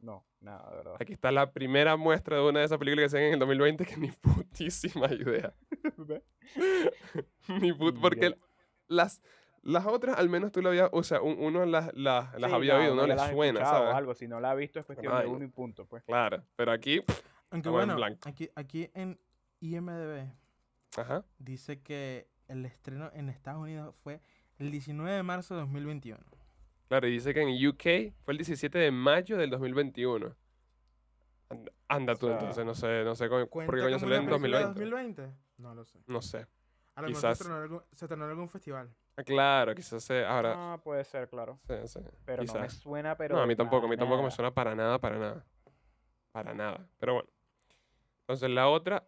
No, nada, de verdad. Aquí está la primera muestra de una de esas películas que se ven en el 2020 que ni putísima idea. Ve. ni put, Ni porque idea. las, las otras al menos tú la habías, o sea, un- uno las, las, las Sí, había no, oído, no no ya les las he suena, escuchado o ¿sabes? algo, si no la has visto es cuestión de vaina. uno y punto, pues. Claro, pero aquí, Aunque Estamos en bueno, blanco. aquí, aquí en IMDB ajá, dice que el estreno en Estados Unidos fue el 19 de marzo de 2021. claro, y dice que en UK fue el 17 de mayo del 2021. And- Anda tú sea, entonces, no sé, no sé cómo- por ¿Cuenta qué coño como salió una en película de 2020. 2020? No lo sé. No sé. A lo mejor se Quizás. estrenó en algún, se estrenó en algún festival. Ah, Claro, quizás se- ahora. Ah, puede ser, claro. sí, sí, Pero no me quizás. suena, pero No, a de mí tampoco, a mí para tampoco me nada. suena para nada, para nada. Para nada. Pero bueno. Entonces la otra,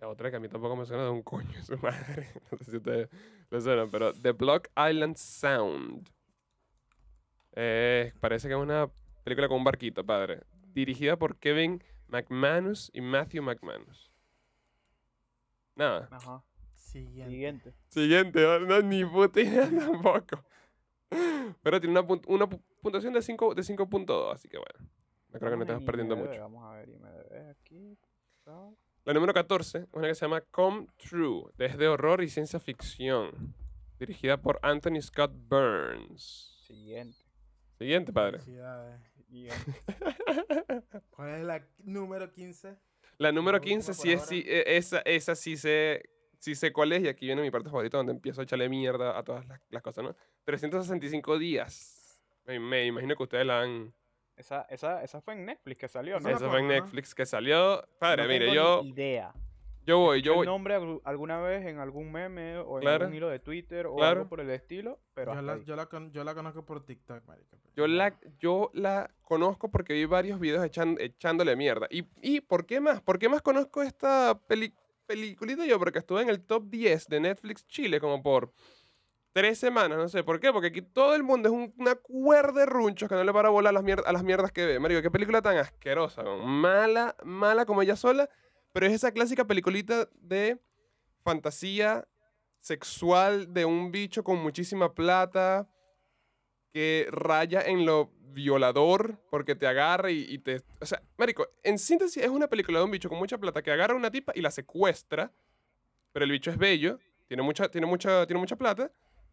la otra que a mí tampoco me suena de un coño su madre. No sé si ustedes lo suenan, pero The Block Island Sound. Eh, parece que es una película con un barquito, padre. Dirigida por Kevin McManus y Matthew McManus. Nada. Ajá. Siguiente. Siguiente. Siguiente, no, no, ni puta idea tampoco. Pero tiene una, pun- una pu- puntuación de 5 de 5.2, así que bueno. No creo que no Vamos en estamos perdiendo IMDb, mucho. Vamos a ver IMDb aquí. tal. La número 14, una que se llama Come True, desde horror y ciencia ficción, dirigida por Anthony Scott Burns. Siguiente. Siguiente, padre. Felicidades. Siguiente. ¿Cuál es la número 15? La última número 15 por sí es ahora. sí, e- esa, esa sí sé, sí sé cuál es, y aquí viene mi parte favorita donde empiezo a echarle mierda a todas las, las cosas, ¿no? 365 días. Me, me imagino que ustedes la han... Esa, esa, esa fue en Netflix que salió, ¿no? me Eso fue en acuerdo. Netflix que salió. Padre, No mire, tengo yo, ni idea. yo voy, yo Yo el voy. nombre algu- alguna vez en algún meme o en Claro. algún hilo de Twitter o Claro. algo por el estilo, pero yo, hasta la, ahí. yo, la con- yo la conozco por TikTok, marica. pero- Yo la, yo la conozco porque vi varios videos echan- echándole mierda. ¿Y, ¿Y por qué más? ¿Por qué más conozco esta peli- peliculita yo? Porque estuve en el top 10 de Netflix Chile como por tres semanas, no sé por qué. Porque aquí todo el mundo es un- una cuerda de runchos que no le para bola a las, mier- a las mierdas que ve. Marico, qué película tan asquerosa, weón. mala, mala como ella sola. Pero es esa clásica peliculita de fantasía sexual de un bicho con muchísima plata que raya en lo violador porque te agarra y, y te... O sea, Marico, en síntesis es una película de un bicho con mucha plata que agarra a una tipa y la secuestra, pero el bicho es bello, tiene mucha, tiene mucha, tiene mucha plata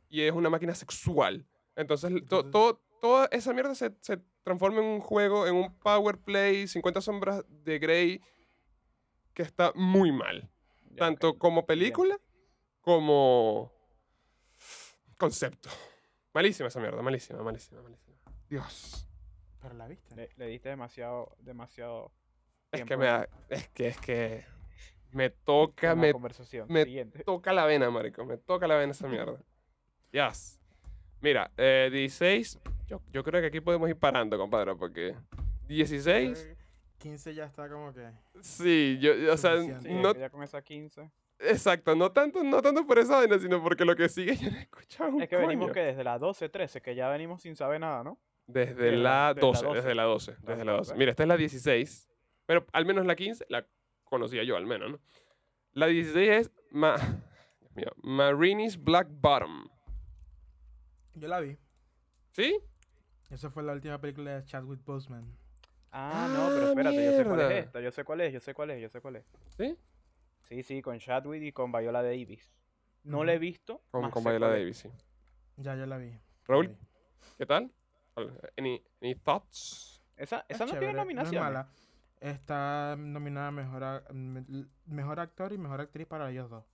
y es una máquina sexual. Entonces, to- Entonces- to- toda esa mierda se, se transforma en un juego, en un power play, 50 sombras de Grey, que está muy mal. Ya, Tanto ok. como película como concepto. Malísima esa mierda, malísima, malísima, malísima. Dios. Pero la viste. Le, le diste demasiado, demasiado Es que tiempo me en- da- es que es que me en toca, la me conversación. me- Siguiente. toca la vena, marico, me toca la vena esa mierda. Yes. Mira, eh, 16, yo, yo creo que aquí podemos ir parando, compadre, porque 16, Creo que 15 ya está como que. sí, yo, yo- o sea, Suficiente. Sí, no, ya con esa 15. exacto, no tanto, no tanto por esa vaina, sino porque lo que sigue yo no he escuchado un Es que venimos coño. que desde la 12, 13, que ya venimos sin saber nada, ¿no? Desde Desde la- la desde la 12, 12. desde la 12, desde Dale, la 12. dale. Mira, esta es la 16, pero al menos la 15 la conocía yo, al menos, ¿no? La 16 es Ma- Dios mío, Marini's Black Bottom. Yo la vi. ¿Sí? Esa fue la última película de Chadwick Boseman. Ah, no, pero Ah, espérate, yo sé cuál mierda. es esta, yo sé cuál es, yo sé cuál es, yo sé cuál es. ¿Sí? Sí, sí, con Chadwick y con Viola Davis. No la he visto. Con, más con sé Viola cuál es. Davis, sí. Ya, yo la vi. Raúl, Sí. ¿qué tal? Al- Any, any thoughts? Esa, Es esa no tiene Ah, chévere, es nominación. mala. Está nominada a mejor, a- mm, mejor actor y mejor actriz para ellos dos.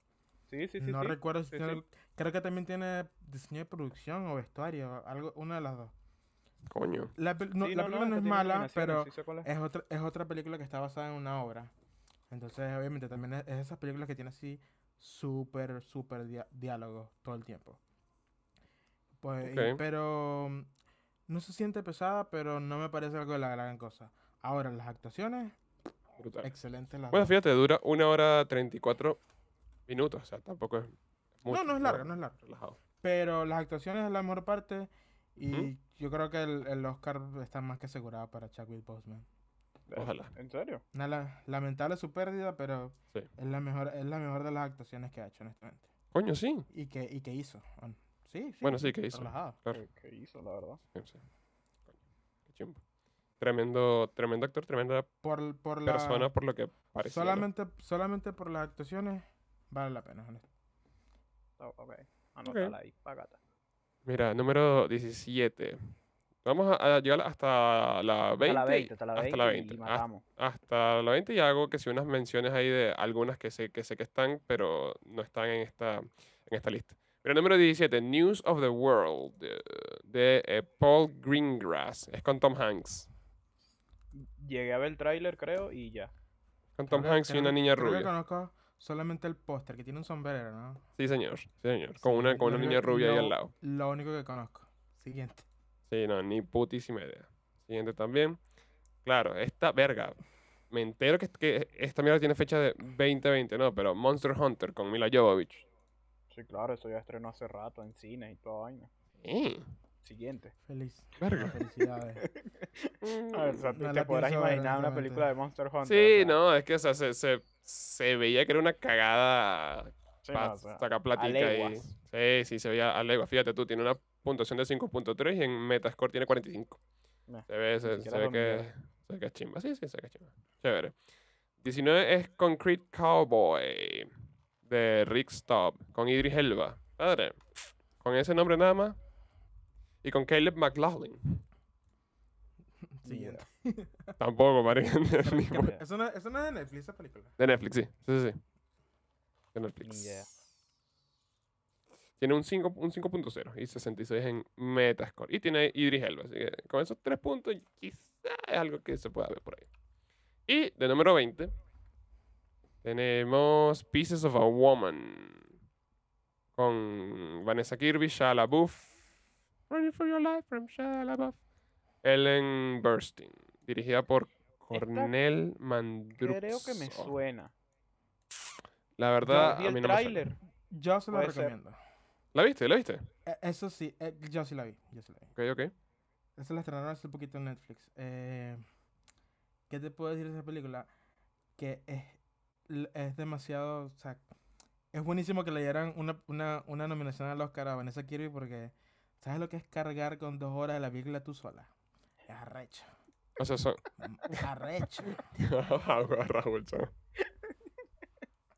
Sí, sí, sí. no sí. recuerdo si sí, tiene. sí. Creo que también tiene diseño de producción o vestuario, algo, una de las dos. Coño. La, pel- no, Sí, la no, no, película no, esa es tiene mala, nominaciones, pero eh, sí sé cuál es. es otra, es otra película que está basada en una obra. Entonces, obviamente, también es, es esas películas que tiene así súper, súper dia- diálogo todo el tiempo. Pues, y- Ok. pero mm, no se siente pesada, pero no me parece algo de la gran cosa. Ahora, las actuaciones, Brutal. excelentes las Bueno, dos. fíjate, dura una hora 34 minutos, o sea, tampoco es mucho. No, no es larga, no es larga. Relajado. Pero las actuaciones es la mejor parte y Ujú. yo creo que el, el Oscar está más que asegurado para Chadwick Boseman. Eh, Ojalá. ¿En serio? Una la- lamentable su pérdida, pero Sí. es, la mejor, es la mejor de las actuaciones que ha hecho, honestamente. Coño, sí. Y que, y que hizo. hon- Sí, sí. Bueno, sí, que hizo. relajado. Claro. ¿Qué, qué hizo, la verdad? Sí, sí. Coño, qué chimbo. Tremendo, tremendo actor, tremenda Por, por la, persona por lo que parece. solamente, solamente por las actuaciones vale la pena. honest- Oh, ok. Anótala ahí, pagata. Mira, número 17. Vamos a, a llegar hasta la 20. Hasta la 20, hasta la 20. hasta la Ah. 20. Y hasta- matamos. hasta la 20 y hago que si unas menciones ahí de algunas que sé que sé que están, pero no están en esta, en esta lista. Pero número 17, News of the World, de, de, eh, Paul Greengrass. Es con Tom Hanks. Llegué a ver el tráiler, creo, y ya. Con Tom Creo que- Hanks y creo una que- niña creo que rubia. conozco solamente el póster, que tiene un sombrero, ¿no? Sí, señor. Sí, señor. Con Sí, una, yo con una creo niña que rubia ahí al lo- lado. Lo único que conozco. Siguiente. Sí, no, ni putísima idea. Siguiente también. Claro, esta verga. me entero que, que esta mierda tiene fecha de 2020, no, pero Monster Hunter con Mila Jovovich. Sí, claro, eso ya estrenó hace rato en cine y toda vaina. Eh, Siguiente. Feliz. verga. Felicidades. A ver, o sea, No tú la te podrás pienso ver, imaginar una honestamente. película de Monster Ah, Hunter. Sí, o sea, no, es que o sea, se, se, se veía que era una cagada sí, no, para o sea, sacar platica ahí. leguas. Sí, sí, se veía a leguas. Fíjate tú, tiene una puntuación de 5.3 y en Metascore tiene 45. Nah, Se ve, se, se siquiera ve es que, dominguera. se ve que es chimba. Sí, sí, se ve que es chimba. Chévere. 19 es Concrete Cowboy de Rick Staub con Idris Elba. Padre, con ese nombre nada más. Y con Caleb McLaughlin. Siguiente. Tampoco, marica. ni ¿Qué por- pe- Eso no, eso no es de Netflix, esa película. De Netflix, sí. Sí, sí, sí. De Netflix. idea. Tiene un 5 un 5.0 y 66 en Metascore. Y tiene Idris Elba. Así que con esos tres puntos, quizás es algo que se pueda ver por ahí. Y de número 20, tenemos Pieces of a Woman. Con Vanessa Kirby, Shia LaBeouf. Running for Your Life from Shia LaBeouf. Ellen Burstyn. Dirigida por Cornel Mandrucz. Creo que me suena. La Yo verdad, vi a mí el no me suena. tráiler. Yo se la Puede ser. recomiendo. ¿La viste? ¿La viste? Eh, eso sí, eh, yo sí la vi. Yo sí la vi. Ok, ok. Esa la estrenaron hace poquito en Netflix. Eh, ¿Qué te puedo decir de esa película? Que es, l- es demasiado. O sea, es buenísimo que le dieran una, una, una nominación al Oscar a Vanessa Kirby porque ¿sabes lo que es cargar con dos horas de la película tú sola? Es arrecho. O sea, son... mm, Arrecho. Agua, Raúl, chamo.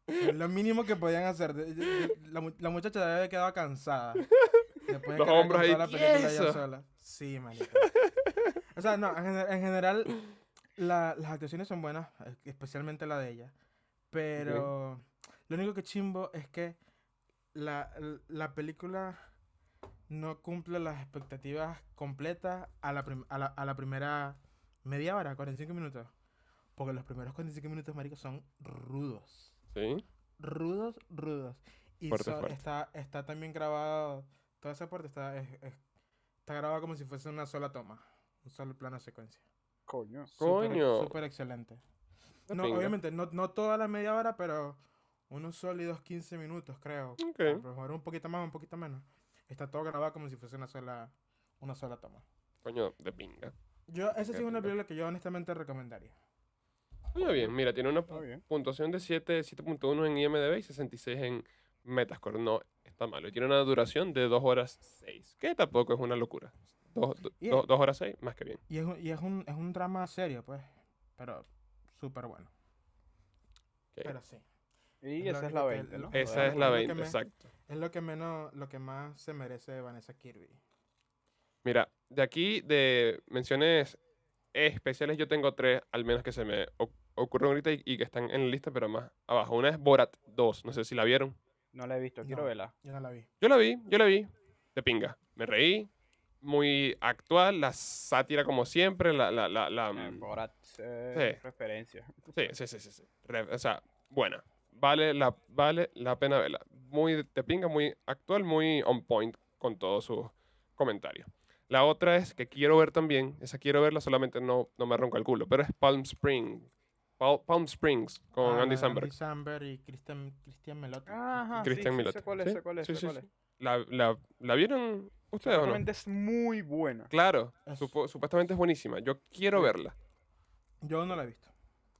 Es lo mínimo que podían hacer. De- de- de- La, mu- la muchacha debe haber quedado cansada. Después Los cargar con hombros ahí, toda la película ella "Tieso". sola. Sí, marica. O sea, no, en, gener- en general la- las actuaciones son buenas, eh, especialmente la de ella. Pero lo único que chimbo es que la, la película no cumple las expectativas completas a la, prim- a la- a la primera media hora, 45 minutos. Porque los primeros 45 minutos, marico, son rudos Sí. rudos, rudos. Y Fuerte, so- fuerte. Está, está también grabado, toda esa parte está, es- es- está grabado como si fuese una sola toma, un solo plano secuencia. Coño. Súper- Coño. Súper excelente. La No, pinga. obviamente, no, no toda la media hora, pero unos sólidos 15 minutos, creo. Ok. A lo mejor un poquito más, un poquito menos. Está todo grabado como si fuese una sola, una sola toma. Coño, de pinga. Yo, esa sí es Ok, una ok. película que yo honestamente recomendaría. Coño, bien. Mira, tiene una Está bien. puntuación de 7, 7.1 en IMDb y 66 en Metascore. No está malo. Y tiene una duración de 2 horas 6, que tampoco es una locura. 2 Bien. horas 6, más que bien. Y es, un- y es, un, es un drama serio, pues, pero súper bueno. Ok. Pero sí. Y Es lo esa es la único que- 20, ¿no? lo- Esa Bueno, es la lo que 20, me- exacto. Es lo que menos, lo que más se merece de Vanessa Kirby. Mira, de aquí, de menciones especiales, yo tengo tres, al menos que se me oc- ocurren ahorita y, y que están en la lista, pero más abajo. Una es Borat 2, no sé si la vieron. No la he visto, quiero No. verla. Yo no la vi. Yo la vi, yo la vi, de pinga. Me reí, muy actual, la sátira como siempre, la... la, la, la Eh, mm, Borat, eh, Sí. referencia. sí, sí, sí, sí, sí. Re- o sea, buena. Vale la, vale la pena verla. Muy de- de pinga, muy actual, muy on point con todos sus comentarios. La otra es que quiero ver también, esa quiero verla, solamente no, no me ronca el culo, pero es Palm Spring. Pal- Palm Springs con Ah, Andy la de Samberg. Andy Samberg y Christian, Christian Melotti. Ajá, sí, Christian sí, Milotti. sé cuál es, sé cuál es, Sí, sé sí, cuál sí. es. ¿La, la, ¿La vieron ustedes o no? Realmente es muy buena. Claro, Es- supo- supuestamente es buenísima. Yo quiero Sí. verla. Yo no la he visto.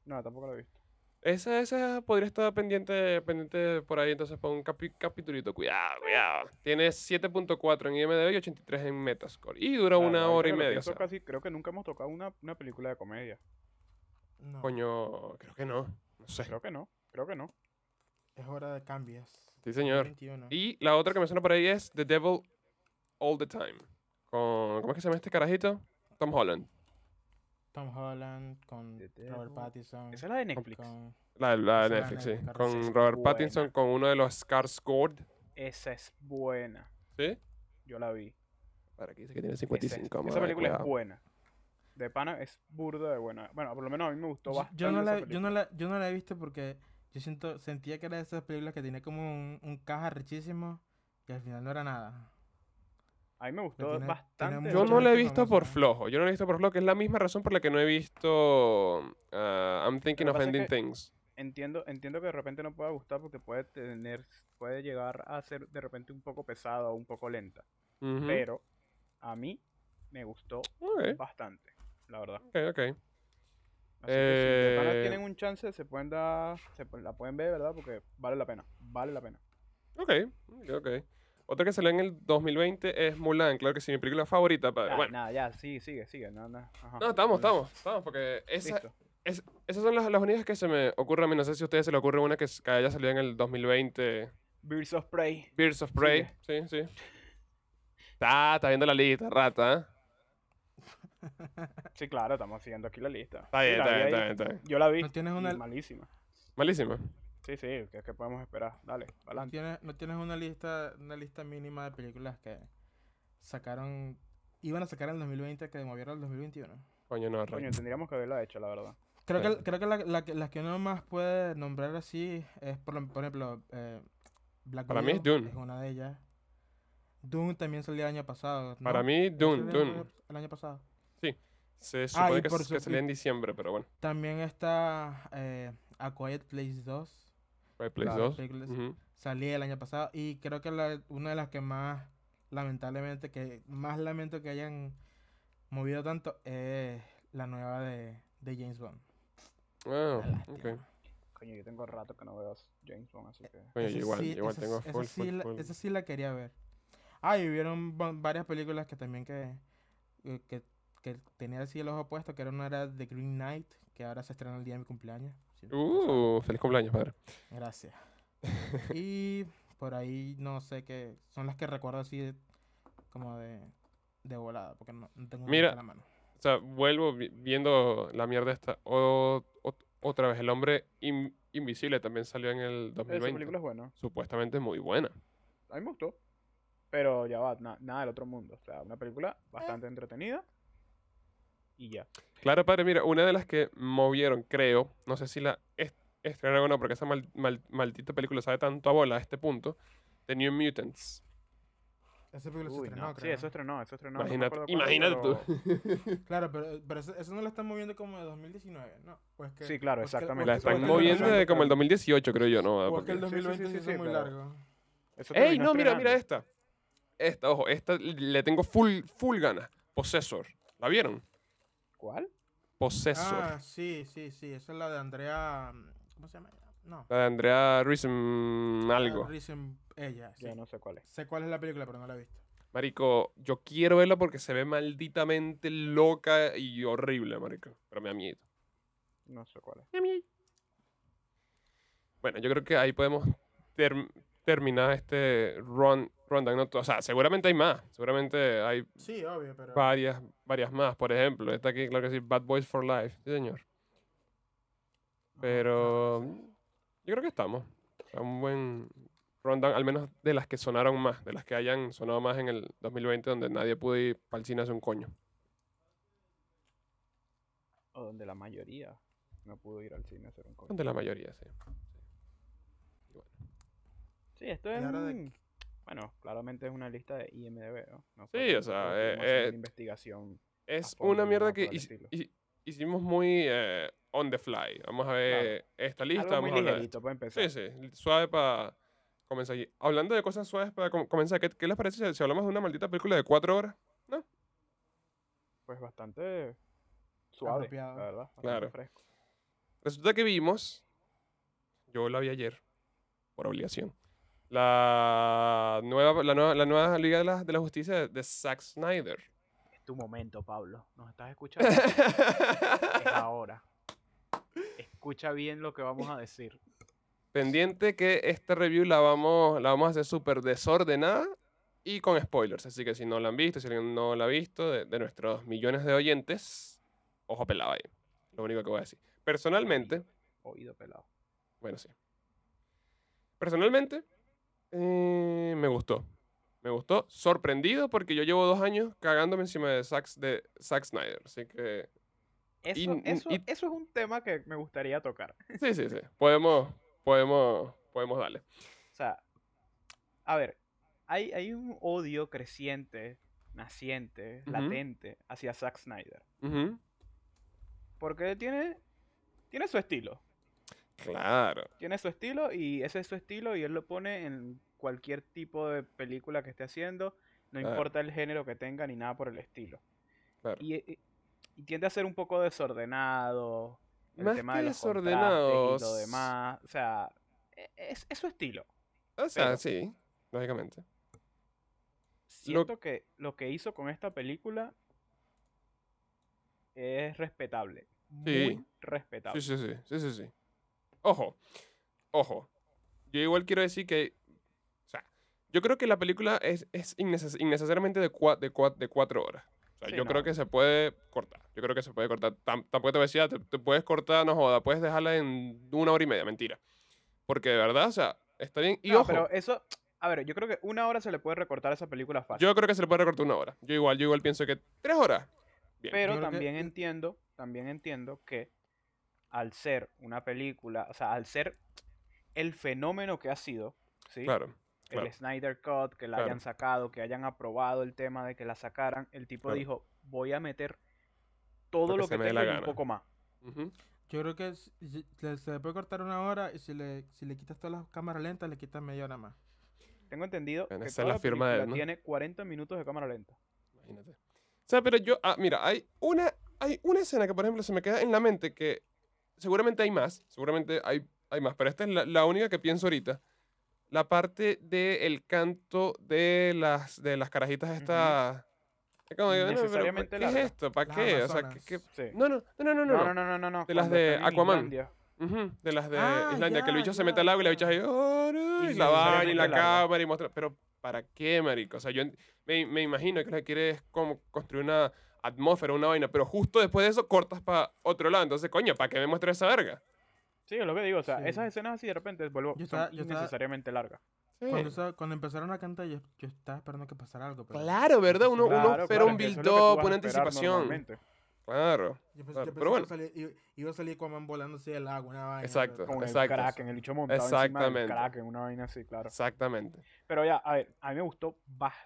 No, tampoco la he visto. Esa, esa podría estar pendiente, pendiente por ahí, entonces para un capi, capitulito. Cuidado, cuidado. Tiene 7.4 en IMDb y 83 en Metascore. Y dura La una verdad, hora y ahorita que lo media. o pienso sea, casi, creo que nunca hemos tocado una, una película de comedia. No. Coño, creo que no. No sé. Creo que no, creo que no. Es hora de cambios. Sí, señor. 21. Y la otra que me suena por ahí es The Devil All the Time. Con, ¿Cómo es que se llama este carajito? Tom Holland. Tom Holland con The Robert Devil. Pattinson. Esa es la de Netflix. con- La, la Esa de es la Netflix, sí. Netflix, correcto. Con Esa es Robert buena. Pattinson, con uno de los Skarsgård. Esa es buena. ¿Sí? Yo la vi. Para aquí dice que tiene Esa, 55. es- vamos esa a ver, película es cuidado. buena. De pana es burda de buena. Bueno, por lo menos a mí me gustó Yo- bastante. Yo no, esa la, yo, no película. la, yo no la he visto porque yo siento, sentía que era de esas películas que tenía como un, un caja richísimo y al final no era nada. A mí me gustó tiene- tiene bastante. mucho Yo Mucha no la he gente visto famosa, por ¿no? flojo. Yo no la he visto por flojo, que es la misma razón por la que no he visto ah, I'm Thinking Lo of que pasa es Ending que- Things. Entiendo, entiendo que de repente no pueda gustar porque puede tener, puede llegar a ser de repente un poco pesada o un poco lenta. Ujú. Pero a mí me gustó Ok, bastante, la verdad. ok, ok. Así que si de pana Eh, tienen un chance, se pueden dar, se pu- la pueden ver, ¿verdad? Porque vale la pena, vale la pena. Ok, ok, ok. Otra que salió en el 2020 es Mulan, claro que sí, mi película favorita. pa- Ya, bueno, Nada, ya, sigue, sigue, sigue. Nada, nada. ajá, no, estamos, hola. estamos, estamos, porque esa, Listo. es- esas son las, las únicas que se me ocurre a mí. No sé si a ustedes se le ocurre una que, s- que haya salido en el 2020. Birds of Prey. Birds of Prey, sí, sí. Está, está viendo la lista, rata. ¿eh? Sí, claro, estamos siguiendo aquí la lista. Está Sí, bien, la está vi bien, ahí. está bien, está bien. Yo la vi. ¿No tienes y una- Malísima. Malísima. Sí, sí, ¿qué, qué podemos esperar? Dale, ¿No adelante. tienes, no tienes una lista una lista mínima de películas que sacaron iban a sacar en 2020 que movieron al 2021? Coño, no, rey. Coño, tendríamos que haberla hecho, la verdad. Creo Sí. que, creo que la, la que- las que uno más puede nombrar así es, por, lo- por ejemplo, eh, Black Para mí es Widow Dune. Es una de ellas. Dune también salió el año pasado. ¿no? Para mí, ¿No Dune, salió el año- Dune. El año pasado. Se supone Ah, y que, por s- que supu- salía en diciembre, pero bueno. También está eh, A Quiet Place 2. Quiet Place Claro, 2. películas. ujú. Salía el año pasado. Y creo que la- una de las que más, lamentablemente, que más lamento que hayan movido tanto es la nueva de, de James Bond. Ah, Una lástima. ok. Coño, yo tengo rato que no veo James Bond, así que. Coño, Esa yo igual, sí- yo igual esa tengo sí- esa full, sí full, la- full. esa sí la quería ver. Ah, y hubieron va- varias películas que también que, eh, que, que tenía así el ojo puesto, que era una era The Green Knight, que ahora se estrena el día de mi cumpleaños. si no lo saben. Uh, feliz cumpleaños, padre. Gracias. y por ahí no sé qué, son las que recuerdo así de- como de, de volada, porque no, no tengo Mira. a la mano. O sea, vuelvo vi- viendo la mierda esta o- o- otra vez. El hombre in- invisible también salió en el Esa 2020. película es buena. Supuestamente muy buena. A mí me gustó. Pero ya va, na- nada del otro mundo. O sea, una película bastante entretenida. Y ya. Claro, padre, mira, una de las que movieron, creo, no sé si la est- estrenaron o no, porque esa mal- mal- maldita película sabe tanto a bola a este punto, The New Mutants. Esa película se Uy, estrenó, no. Sí, creo. eso estrenó, eso estrenó. no me imagínate acuerdo cuándo, imagínate tú. pero- Claro, pero, pero eso, eso no la están moviendo como de 2019, ¿no? O es que- Sí, claro, o es que- o es exactamente, que- La o es que están el moviendo 2019 desde como el 2018, creo yo, ¿no? O es que Porque- el Sí, sí, sí, 2020 sí, se hizo sí, muy pero- largo. Eso ¡Ey! terminó No, mira, mira estrenando. esta. Esta, ojo, esta le tengo full, full ganas. Possessor. ¿La vieron? ¿Cuál? Possessor. Ah, sí, sí, sí. Esa es la de Andrea. mm, ¿Cómo se llama? ella? No. La de Andrea Risen Ah, algo. Risen- ella, sí. Yo no sé cuál es. Sé cuál es la película, pero no la he visto. Marico, yo quiero verla porque se ve malditamente loca y horrible, marico. Pero me da miedo. No sé cuál es. Bueno, yo creo que ahí podemos term- terminar este run rundown. ¿no? O sea, seguramente hay más. Seguramente hay Sí, obvio, pero. varias, varias más. Por ejemplo, esta aquí, claro que sí, Bad Boys for Life. Sí, señor. Pero yo creo que estamos. O sea, un buen rundown, al menos de las que sonaron más, de las que hayan sonado más en el 2020, donde nadie pudo ir para el cine hace un coño. O donde la mayoría no pudo ir al cine a hacer un cómic. Donde la mayoría, sí. Sí, esto Y es. ahora de- un- Bueno, claramente es una lista de IMDB, ¿no? No Sí, fue o sea, tampoco como eh, hacer eh, una investigación. Es fondo una ni mierda nada que por el hici- estilo. hi- hicimos muy eh, on the fly. Vamos a ver esta lista. Algo muy vamos a hablar de ligerito para esto. Sí, empezar. sí, suave para comenzar. aquí. Hablando de cosas suaves para com- comenzar, ¿qué, qué les parece si, si hablamos de una maldita película de cuatro horas? Pues bastante suave, Apropiado. la verdad. bastante Claro. fresco. Resulta que vimos, yo la vi ayer, por obligación, la nueva, la nueva, la nueva Liga de la, de la Justicia de, de Zack Snyder. Es tu momento, Pablo. ¿Nos estás escuchando? es ahora. Escucha bien lo que vamos a decir. Pendiente que esta review la vamos, la vamos a hacer súper desordenada y con spoilers. Así que si no la han visto, si alguien no la ha visto, de, de nuestros millones de oyentes, ojo pelado ahí. Lo único que voy a decir. Personalmente, Oído pelado. bueno, sí. Personalmente, eh, me gustó. Me gustó. Sorprendido porque yo llevo dos años cagándome encima de Zack, de Zack Snyder. Así que Eso, n- eso, y- eso es un tema que me gustaría tocar. sí, sí, sí. Podemos, podemos, podemos darle. O sea, a ver, hay, hay un odio creciente naciente, Ujú. latente, hacia Zack Snyder. Ujú. Porque tiene, tiene su estilo. Claro. Tiene su estilo y ese es su estilo y él lo pone en cualquier tipo de película que esté haciendo. No Claro. importa el género que tenga ni nada por el estilo. claro. Y, y- y tiende a ser un poco desordenado. El Más tema que de los contrastes y lo desordenados. demás. O sea, e- es, es su estilo. O sea, pero- sí, lógicamente. Siento que lo que hizo con esta película es respetable. Sí. Muy Sí, respetable. sí, sí, sí, sí, sí. Ojo, ojo. Yo igual quiero decir que, o sea, yo creo que la película es, es inneces- innecesariamente de, cua- de, cua- de cuatro horas. O sea, Sí, yo creo no. que se puede cortar. Yo creo que se puede cortar. Tam- tampoco te decía, "Ah, te, te puedes cortar, no joda, puedes dejarla en una hora y media, mentira. Porque de verdad, o sea, está bien. Y No, ojo, pero eso, a ver, yo creo que una hora se le puede recortar a esa película fácil. yo creo que se le puede recortar una hora. Yo igual, yo igual pienso que tres horas. Bien. pero Yo creo que- eh también entiendo, también entiendo que al ser una película, o sea, al ser el fenómeno que ha sido, ¿sí? Claro, el claro. Snyder Cut, que la Claro. hayan sacado, que hayan aprobado el tema de que la sacaran, el tipo Claro. dijo, voy a meter todo que lo se que, me dé tenga la y un gana". poco más. Ujú. Yo creo que si- si- le- se le puede cortar una hora y si le, si le quitas todas las cámaras lentas, le quitas media hora más. Tengo entendido Bueno, que esa es toda la la firma de él, película ¿no? tiene 40 minutos de cámara lenta. Imagínate. O sea, pero yo, ah, mira, hay una, hay una escena que, por ejemplo, se me queda en la mente que seguramente hay más, seguramente hay, hay más, pero esta es la, la única que pienso ahorita. La parte del canto de las, de las carajitas estas... Es como que, "No, pero, pero, Innecesariamente ¿Qué larga. es esto? ¿Para Las qué? O sea, ¿qué- amazonas. qué- Sí. No, no, no, no, no, no. no. no, no, no, no, de las cuando de están en Aquaman. Islandia. Ujú, de las de Ah, Islandia, que el ya, bicho se ya, mete al agua y la bicha ya. ahí, "Oh, no", y Sí, la sí, baña y la necesariamente larga. cámara y muestra. Pero, ¿para qué, marico? O sea, yo en- me, me imagino que lo que quiere es como construir una atmósfera, una vaina, pero justo después de eso cortas para otro lado. Entonces, coño, ¿para qué me muestras esa verga? Sí, es lo que digo, o sea, Sí. esas escenas así de repente vuelvo, son Yo estaba- yo estaba- innecesariamente largas. Sí. Cuando, esa- cuando empezaron a cantar, yo, yo estaba esperando que pasara algo. pues. Pero Claro, ¿verdad? Uno, uno Claro, espera claro, un es que eso es build lo que tú vas up, a una esperar anticipación. normalmente, Claro, Yo pensé, Claro, yo pero pensé bueno. que iba a salir- iba, iba a salir Aquaman volando así del agua, una vaina. Exacto. pero- Con Exacto. el Kraken, el bicho montado encima del Exactamente. Kraken, una vaina así, claro. exactamente. Pero ya, a ver, a mí me gustó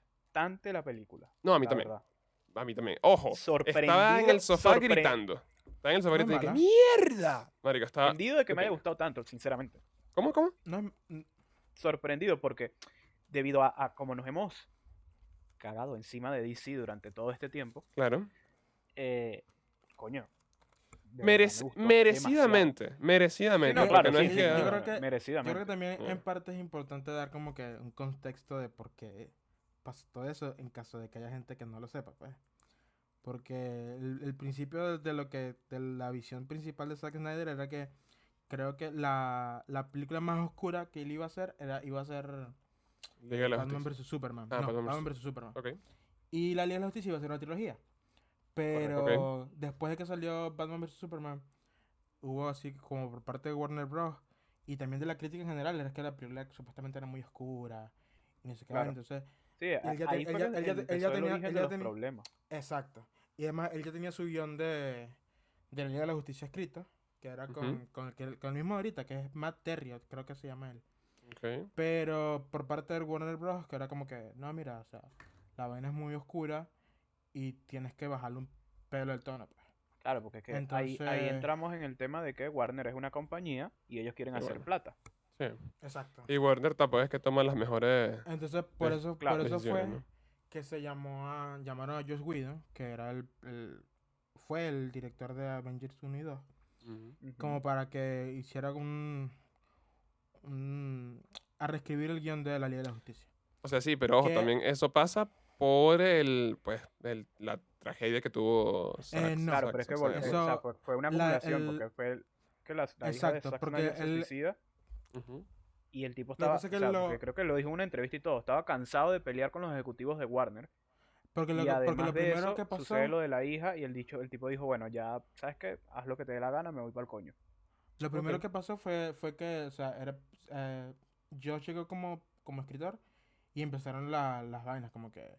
bastante la película. No, a mí la también. verdad. A mí también. Ojo, estaba en Sorprendido, el sofá sorpre- gritando. Estaba en el sofá No es gritando y mala. dije, ¡mierda! Marico, estaba... Sorprendido de que me haya ok. gustado tanto, sinceramente. ¿Cómo, cómo? No es- n- Sorprendido porque debido a, a como nos hemos cagado encima de DC durante todo este tiempo, Claro. eh, coño. de verdad, me Merec- gustó demasiado. merecidamente, merecidamente. Sí, no, porque claro, no sí, es sí, que. no, Yo no, creo que- yo merecidamente. creo que también Bueno. en parte es importante dar como que un contexto de por qué pasó todo eso en caso de que haya gente que no lo sepa, pues. Porque el, el principio de, de lo que de la visión principal de Zack Snyder era que creo que la, la película más oscura que él iba a hacer era iba a ser Liga de la Batman Justicia. vs Superman. Ah, no, Batman vs. Batman vs Superman. Ok. Y la Liga de la Justicia iba a ser una trilogía. Pero después de que salió Batman vs. Superman, hubo así como por parte de Warner Bros. y también de la crítica en general, era que la película supuestamente era muy oscura. Y no sé qué Claro. vaina, Entonces, Sí, a- Él ya ahí te- fue él ya- que él ya te- él empezó ya el tenía- origen él de ya los tenía- problemas. exacto. Y además, él ya tenía su guión de, de la Liga de la Justicia escrito, que era Ujú. con, con, el, que- con el mismo ahorita, que es Matt Terriot, creo que se llama él. Ok. Pero por parte de Warner Bros. que era como que, no, mira, o sea, la vaina es muy oscura y tienes que bajarle un pelo el tono. pues". Claro, porque es que ahí, ahí Entonces- entramos en el tema de que Warner es una compañía y ellos quieren Sí, hacer bueno. plata. Sí. Exacto. Y Warner tampoco es que toma las mejores Entonces, por Sí, eso, Pues, claro. por eso fue decisiones, ¿no? que se llamó a, llamaron a Josh Whedon, que era el, el- fue el director de Avengers 1 y 2, Ujú. Ujú. como para que hiciera un, un- a reescribir el guión de la Liga de la Justicia. O sea, sí, pero ojo, Que- también eso pasa por el, pues, el- la tragedia que tuvo Zack- Eh, no. Claro, Zack- pero es que Zack vol- Snyder. o sea, Eso- fue, fue una la- acumulación el- porque fue el- que la, la hija de Exacto, Zack porque Snyder se él- suicida Ujú. y el tipo que estaba, pasa es que o sea, porque lo- creo que lo dijo en una entrevista y todo, estaba cansado de pelear con los ejecutivos de Warner Porque lo, y que- porque además lo de primero eso que pasó, sucede lo de la hija y el dicho, el tipo dijo, bueno, ya, ¿sabes qué? Haz lo que te dé la gana, me voy para el coño. lo primero ok. que pasó fue, fue que, o sea, era, eh, Josh llegó como, como escritor y empezaron la- las vainas, como que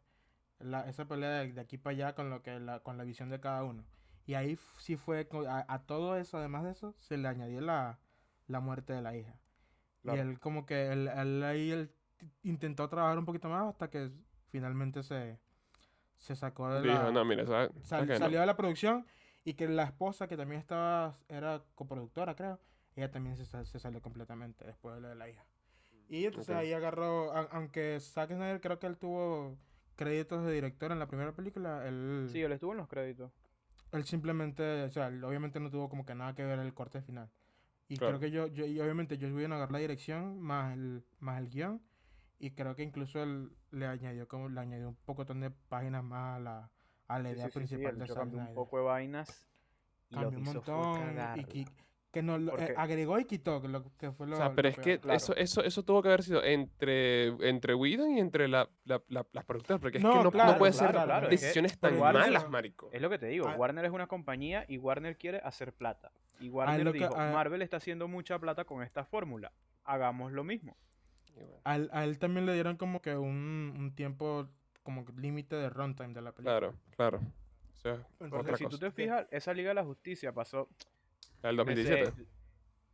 la- esa pelea de, de aquí para allá con lo que la, con la visión de cada uno. Y ahí f- sí fue, co- a, a todo eso, además de eso, se le añadió la, la muerte de la hija. Claro. Y él como que, él, él ahí él t- intentó trabajar un poquito más hasta que finalmente se, se sacó de la... Dijo, no, mira, ¿sabes? sal- ¿sabes qué? No. salió de la producción y que la esposa, que también estaba, era coproductora, creo, ella también se, sa- se salió completamente después de lo de la hija. Y entonces Ok. ahí agarró, a- aunque Zack Snyder creo que él tuvo créditos de director en la primera película, él, Sí, él estuvo en los créditos. él simplemente, o sea, él obviamente no tuvo como que nada que ver el corte final. Y Claro. creo que yo, yo y obviamente yo voy a agarrar la dirección más el, más el guión. Y creo que incluso él le añadió como le añadió un poco de páginas más a la, a la Sí, idea sí, sí, sí, principal el de bicho Zack cambió un Snyder. poco de vainas y lo Cambió que un hizo fue montón y cagarla. qui- que no lo- eh, Porque- agregó y quitó, que lo que fue lo O sea, lo pero es peor. que claro. eso, eso, eso tuvo que haber sido entre, entre Whedon y entre la- la- la- las productoras, porque es No, que no, claro, no puede claro, ser claro, es que decisiones por tan Warner- malas, marico. Es lo que te digo, Ah. Warner es una compañía y Warner quiere hacer plata. Y lo Warner que- dijo, a- Marvel está haciendo mucha plata con esta fórmula, hagamos lo mismo. Y bueno, A él, a él también le dieron como que un, un tiempo como que límite de runtime de la película. Claro, claro. O sea, Entonces, otra Porque si tú cosa. te Sí. fijas, esa Liga de la Justicia pasó... La del ese- 2017.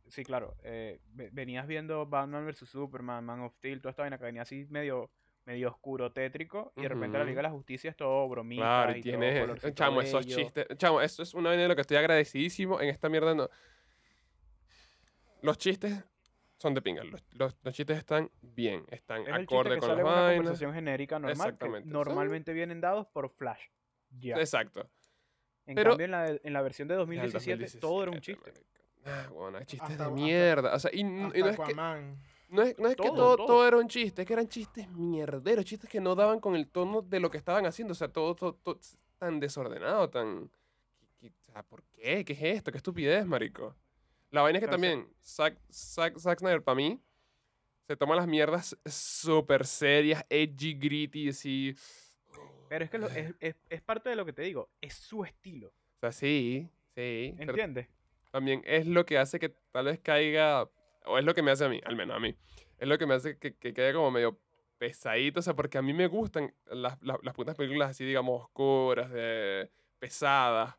sí, claro, eh, ve- venías viendo Batman vs. Superman, Man of Steel, toda esta vaina que venía así medio medio oscuro, tétrico, y de repente la Ujú. Liga de la Justicia es todo bromita Claro, y y tienes. eh, todo colorcito Chamo, esos bello. chistes. Chamo, eso es una vaina de lo que estoy agradecidísimo. En esta mierda no. Los chistes son de pinga. Los, los- los chistes están bien. Están Es el chiste acorde que con sale las en una vainas. conversación genérica normal, que Exactamente. Son- normalmente vienen dados por Flash. Ya. Exacto. En Pero- cambio, en la, de- en la versión de El 2017, todo era un 2017, chiste. marico. Ah, bueno, hay chistes Hasta- de hasta- mierda. O sea, y, n- Mm, y Hasta no es que, Aquaman. no es, no es que Todo, todo, todo. todo. era un chiste, es que eran chistes mierderos, chistes que no daban con el tono de lo que estaban haciendo. O sea, todo, todo, todo tan desordenado, tan. que- que- o sea, ¿por qué? ¿Qué es esto? ¿Qué estupidez, marico? La vaina es que Entonces- también Zack, Zack, Zack Snyder, para mí, se toma las mierdas súper serias, edgy, gritty, así. Pero es que lo- es, es- es parte de lo que te digo, es su estilo. O sea, sí, sí. pero ¿Entiendes? también es lo que hace que tal vez caiga, o es lo que me hace a mí, al menos a mí, es lo que me hace que, que caiga como medio pesadito, o sea, porque a mí me gustan las, las, las putas películas así, digamos, oscuras, de, pesadas,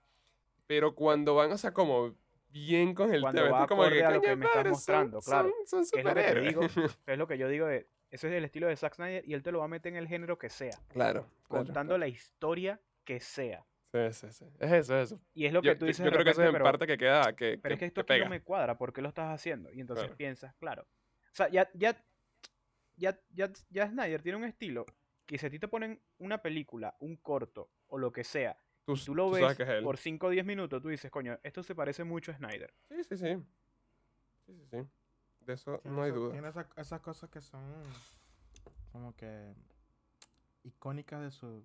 pero cuando van, o sea, como bien con el Cuando tema, va estoy como acorde a lo que "Coño, me estás padre, son- mostrando", claro. Son, son Es lo que te superhéroes. digo, es lo que yo digo de, ese es el estilo de Zack Snyder y él te lo va a meter en el género que sea, Claro. claro, contando la historia que sea. claro. Sí, sí, sí. Es eso, es eso. Y es lo Yo, que tú yo- dices yo de creo que eso es en repente, pero- parte que queda, que, pero que- es que esto que aquí pega. no me cuadra, ¿por qué lo estás haciendo? Y entonces Claro. piensas, claro. O sea, ya, ya, ya, ya, ya Snyder tiene un estilo que si a ti te ponen una película, un corto o lo que sea, Tú, tú lo tú sabes ves que es él. por 5 o 10 minutos, tú dices, coño, esto se parece mucho a Snyder. Sí, sí, sí. Sí, sí, sí. De eso Tiene no hay esa- duda. Tiene esa- esas cosas que son como que icónicas de su...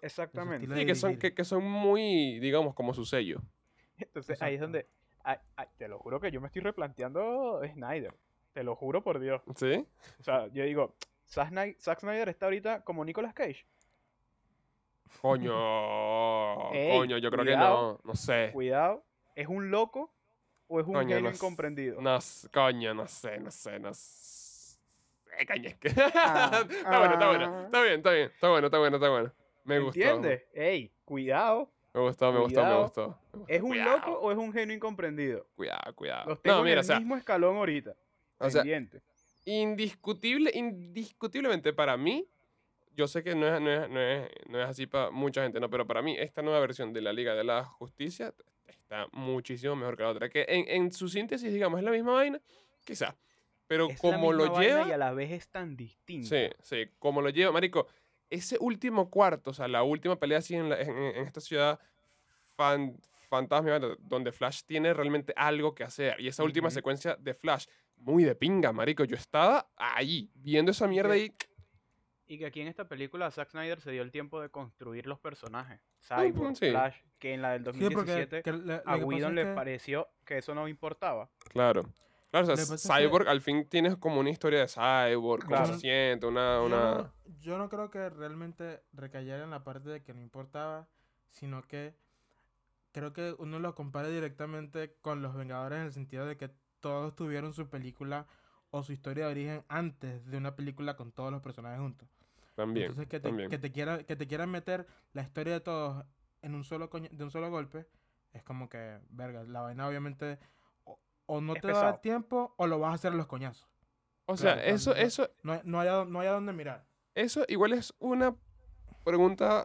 Exactamente. estilo Sí, que son, dirigir. que, que son muy, digamos, como su sello. Entonces ahí es donde, Exacto. ay, ay, te lo juro que yo me estoy replanteando Snyder. Te lo juro por Dios. ¿Sí? O sea, yo digo, Zack Snyder, Zack Snyder está ahorita como Nicolas Cage. Coño, Ey, coño, yo creo cuidado, que no, no sé. Cuidado, ¿es un loco o es un Coño, genio no s- incomprendido? No, s- coño, no sé, no sé, no sé. Coño, es que- Ah, está bueno, está bueno, ah. está bien, está bien, está bueno, está bueno, está bueno. Me gustó. ¿Entiendes? Ey, cuidado. Me gustó, me gustó, me Cuidado. gustó. me gustó. ¿Es un Cuidado, loco o es un genio incomprendido? Cuidado, cuidado. Los tengo No, en mira, el o sea, mismo escalón ahorita. o sea, pendiente. indiscutible, indiscutiblemente para mí, yo sé que no es, no es, no es, no es así para mucha gente, no, pero para mí esta nueva versión de la Liga de la Justicia está muchísimo mejor que la otra. Que en, en su síntesis, digamos, es la misma vaina, quizá. Pero Es la como misma lo vaina lleva. Y a la vez es tan distinto. Sí, sí, como lo lleva, marico. Ese último cuarto, o sea, la última pelea así en, la- en- en esta ciudad fan, fantasma, donde Flash tiene realmente algo que hacer. Y esa última Ujú. secuencia de Flash, muy de pinga, marico. Yo estaba ahí, viendo esa mierda que- y... Y que aquí en esta película Zack Snyder se dio el tiempo de construir los personajes. Cyborg, sí. Flash, que en la del Sí, porque 2017 que le- lo a que pasa Whedon es le que- pareció que eso no importaba. Claro. Claro, o Lo que sea, pasa es que- Cyborg, al fin tienes como una historia de Cyborg, cómo Claro. se siente, una... Yo una... no, yo no creo que realmente recayera en la parte de que no importaba, sino que creo que uno lo compara directamente con los Vengadores en el sentido de que todos tuvieron su película o su historia de origen antes de una película con todos los personajes juntos. También, Entonces que te, también. que te quieran, que te quieran meter la historia de todos en un solo coño- de un solo golpe, es como que, verga, la vaina obviamente o, o no Es te va a dar pesado. tiempo o lo vas a hacer a los coñazos. O sea, claro, eso, claro. eso, No, hay- no, haya, no haya dónde mirar. Eso igual es una pregunta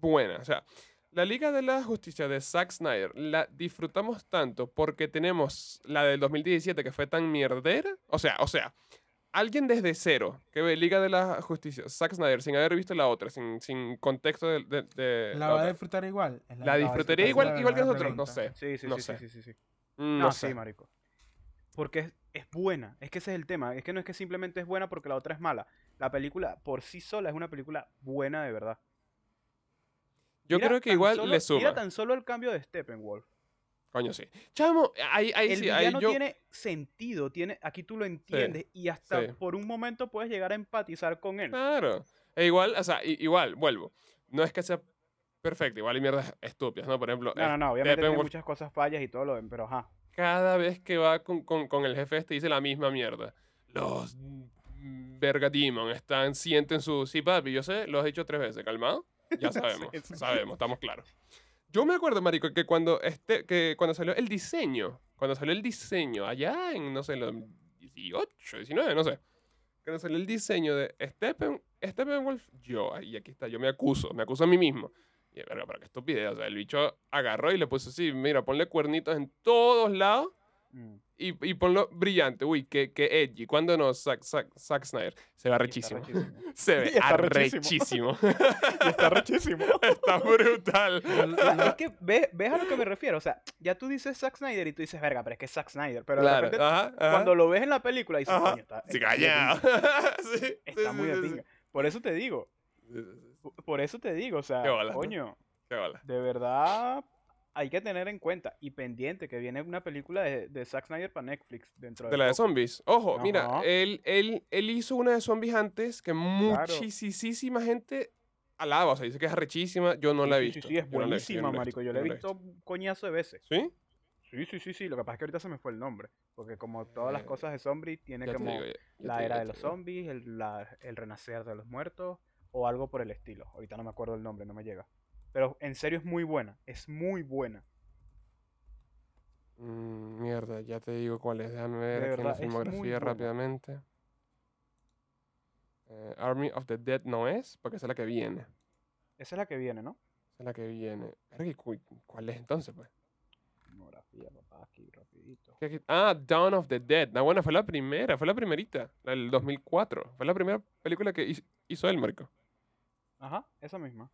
buena. O sea, la Liga de la Justicia de Zack Snyder la disfrutamos tanto porque tenemos la del 2017 que fue tan mierdera. O sea, o sea, alguien desde cero que ve Liga de la Justicia, Zack Snyder, sin haber visto la otra, sin, sin contexto de, de- de ¿La la va a otra. disfrutar igual? Es Eh, La verdad. disfrutaría Esa es igual, la igual que verdadera nosotros, no sé. pregunta. Sí, sí, No sí, sé. sí, sí, sí, sí. Mm, No, No, sí, sé. marico. Porque es, es buena. Es que ese es el tema. Es que no es que simplemente es buena porque la otra es mala. La película por sí sola es una película buena de verdad. Yo Mira creo que tan igual solo- le suma. Mira tan solo el cambio de Steppenwolf. Coño, sí. Chamo, ahí, ahí el sí, ahí villano yo. tiene sentido. Tiene, aquí tú lo entiendes. y hasta sí. por un momento puedes llegar a empatizar con él. Claro. E igual, o sea, i- igual, vuelvo. No es que sea perfecto, igual hay mierdas estúpidas, ¿no? Por ejemplo, No, no, no. Obviamente tiene Steppenwolf- muchas cosas fallas y todo lo demás. Pero ajá. cada vez que va con, con- con el jefe este dice la misma mierda. Los mm, verga demon están, sienten su... Sí, papi, yo sé, lo has dicho tres veces, calmado. Ya sabemos, Sí, sí. sabemos, estamos claros. Yo me acuerdo, marico, que cuando, este, que cuando salió el diseño, cuando salió el diseño, allá en, no sé, los 18, 19, no sé, cuando salió el diseño de Steppen, Steppenwolf, yo, ahí aquí está, yo me acuso, me acuso a mí mismo. Y, verga, pero qué estupidez, o sea, el bicho agarró y le puso así, mira, ponle cuernitos en todos lados Mm, y, y ponlo brillante. Uy, qué, qué edgy. ¿Cuándo no? Zack, Zack- Zack Snider. Se ve y está arrechísimo. rechísimo. Se ve arrechísimo. Y está Y está rechísimo. Está brutal. Lo- lo- es que ve- ves a lo que me refiero. O sea, ya tú dices Zack Snyder y tú dices, verga, pero es que es Zack Snyder. Pero de Claro. repente Ajá, ajá, cuando lo ves en la película dices, ajá. coño, está, Sí, está muy de callado. pinga, Sí, sí, está sí, muy de sí, sí. pinga. Por eso te digo, Sí, sí, sí. po- por eso te digo, o sea, Qué bolas, ¿no? coño, Qué bola. de verdad hay que tener en cuenta y pendiente que viene una película de, de Zack Snyder para Netflix dentro De la de poco. zombies. Ojo, mira, Ajá. él, él, él hizo una de zombies antes que muchísima gente alaba. O sea, dice que es arrechísima. Yo no Sí, la he sí, visto. Sí, sí, es yo no la he visto, buenísima, marico. Yo la he no visto un coñazo de veces. la he visto. ¿Sí? Sí, sí, sí, sí. Lo que pasa es que ahorita se me fue el nombre. Porque como todas las Eh, cosas de zombie tiene Ya te como digo, ya- ya la te digo, era ya de te los digo. zombies, el, la- el renacer de los muertos o algo por el estilo. Ahorita no me acuerdo el nombre, no me llega. Pero en serio es muy buena, es muy buena. Mm, mierda, ya te digo cuál es. Déjame ver aquí en verdad, la es muy filmografía buena. rápidamente. Eh, Army of the Dead no es, porque esa es la que viene. Esa Esa es la que viene, ¿no? es la que viene. Verga, ¿y cu- ¿Cuál es entonces, pues? Monografía, papá, aquí rapidito. ¿Qué- qué- Ah, Dawn of the Dead. Ah, bueno, fue la primera, fue la primerita, la del 2004. Fue la primera película que hiz- hizo él, Marco. Ajá, esa misma.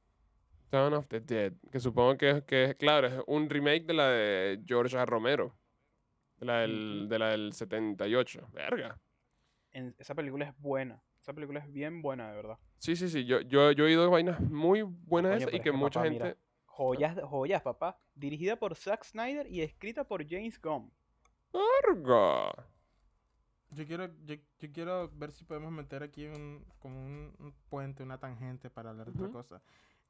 Dawn of the Dead, que supongo que es, que es- claro, es un remake de la de George A. Romero. De la del, de la del 78. Verga. En- esa película es buena. Esa película es bien buena, de verdad. Sí, sí, sí. Yo, yo, yo he oído vainas muy buenas de Coño, esas pero y es que que, mucha papá, gente. mira, Joyas, joyas, papá. Dirigida por Zack Snyder y escrita por James Gunn. ¡Verga! Yo quiero, yo, yo quiero ver si podemos meter aquí un, como un, un puente, una tangente para hablar de otra Ujú. cosa.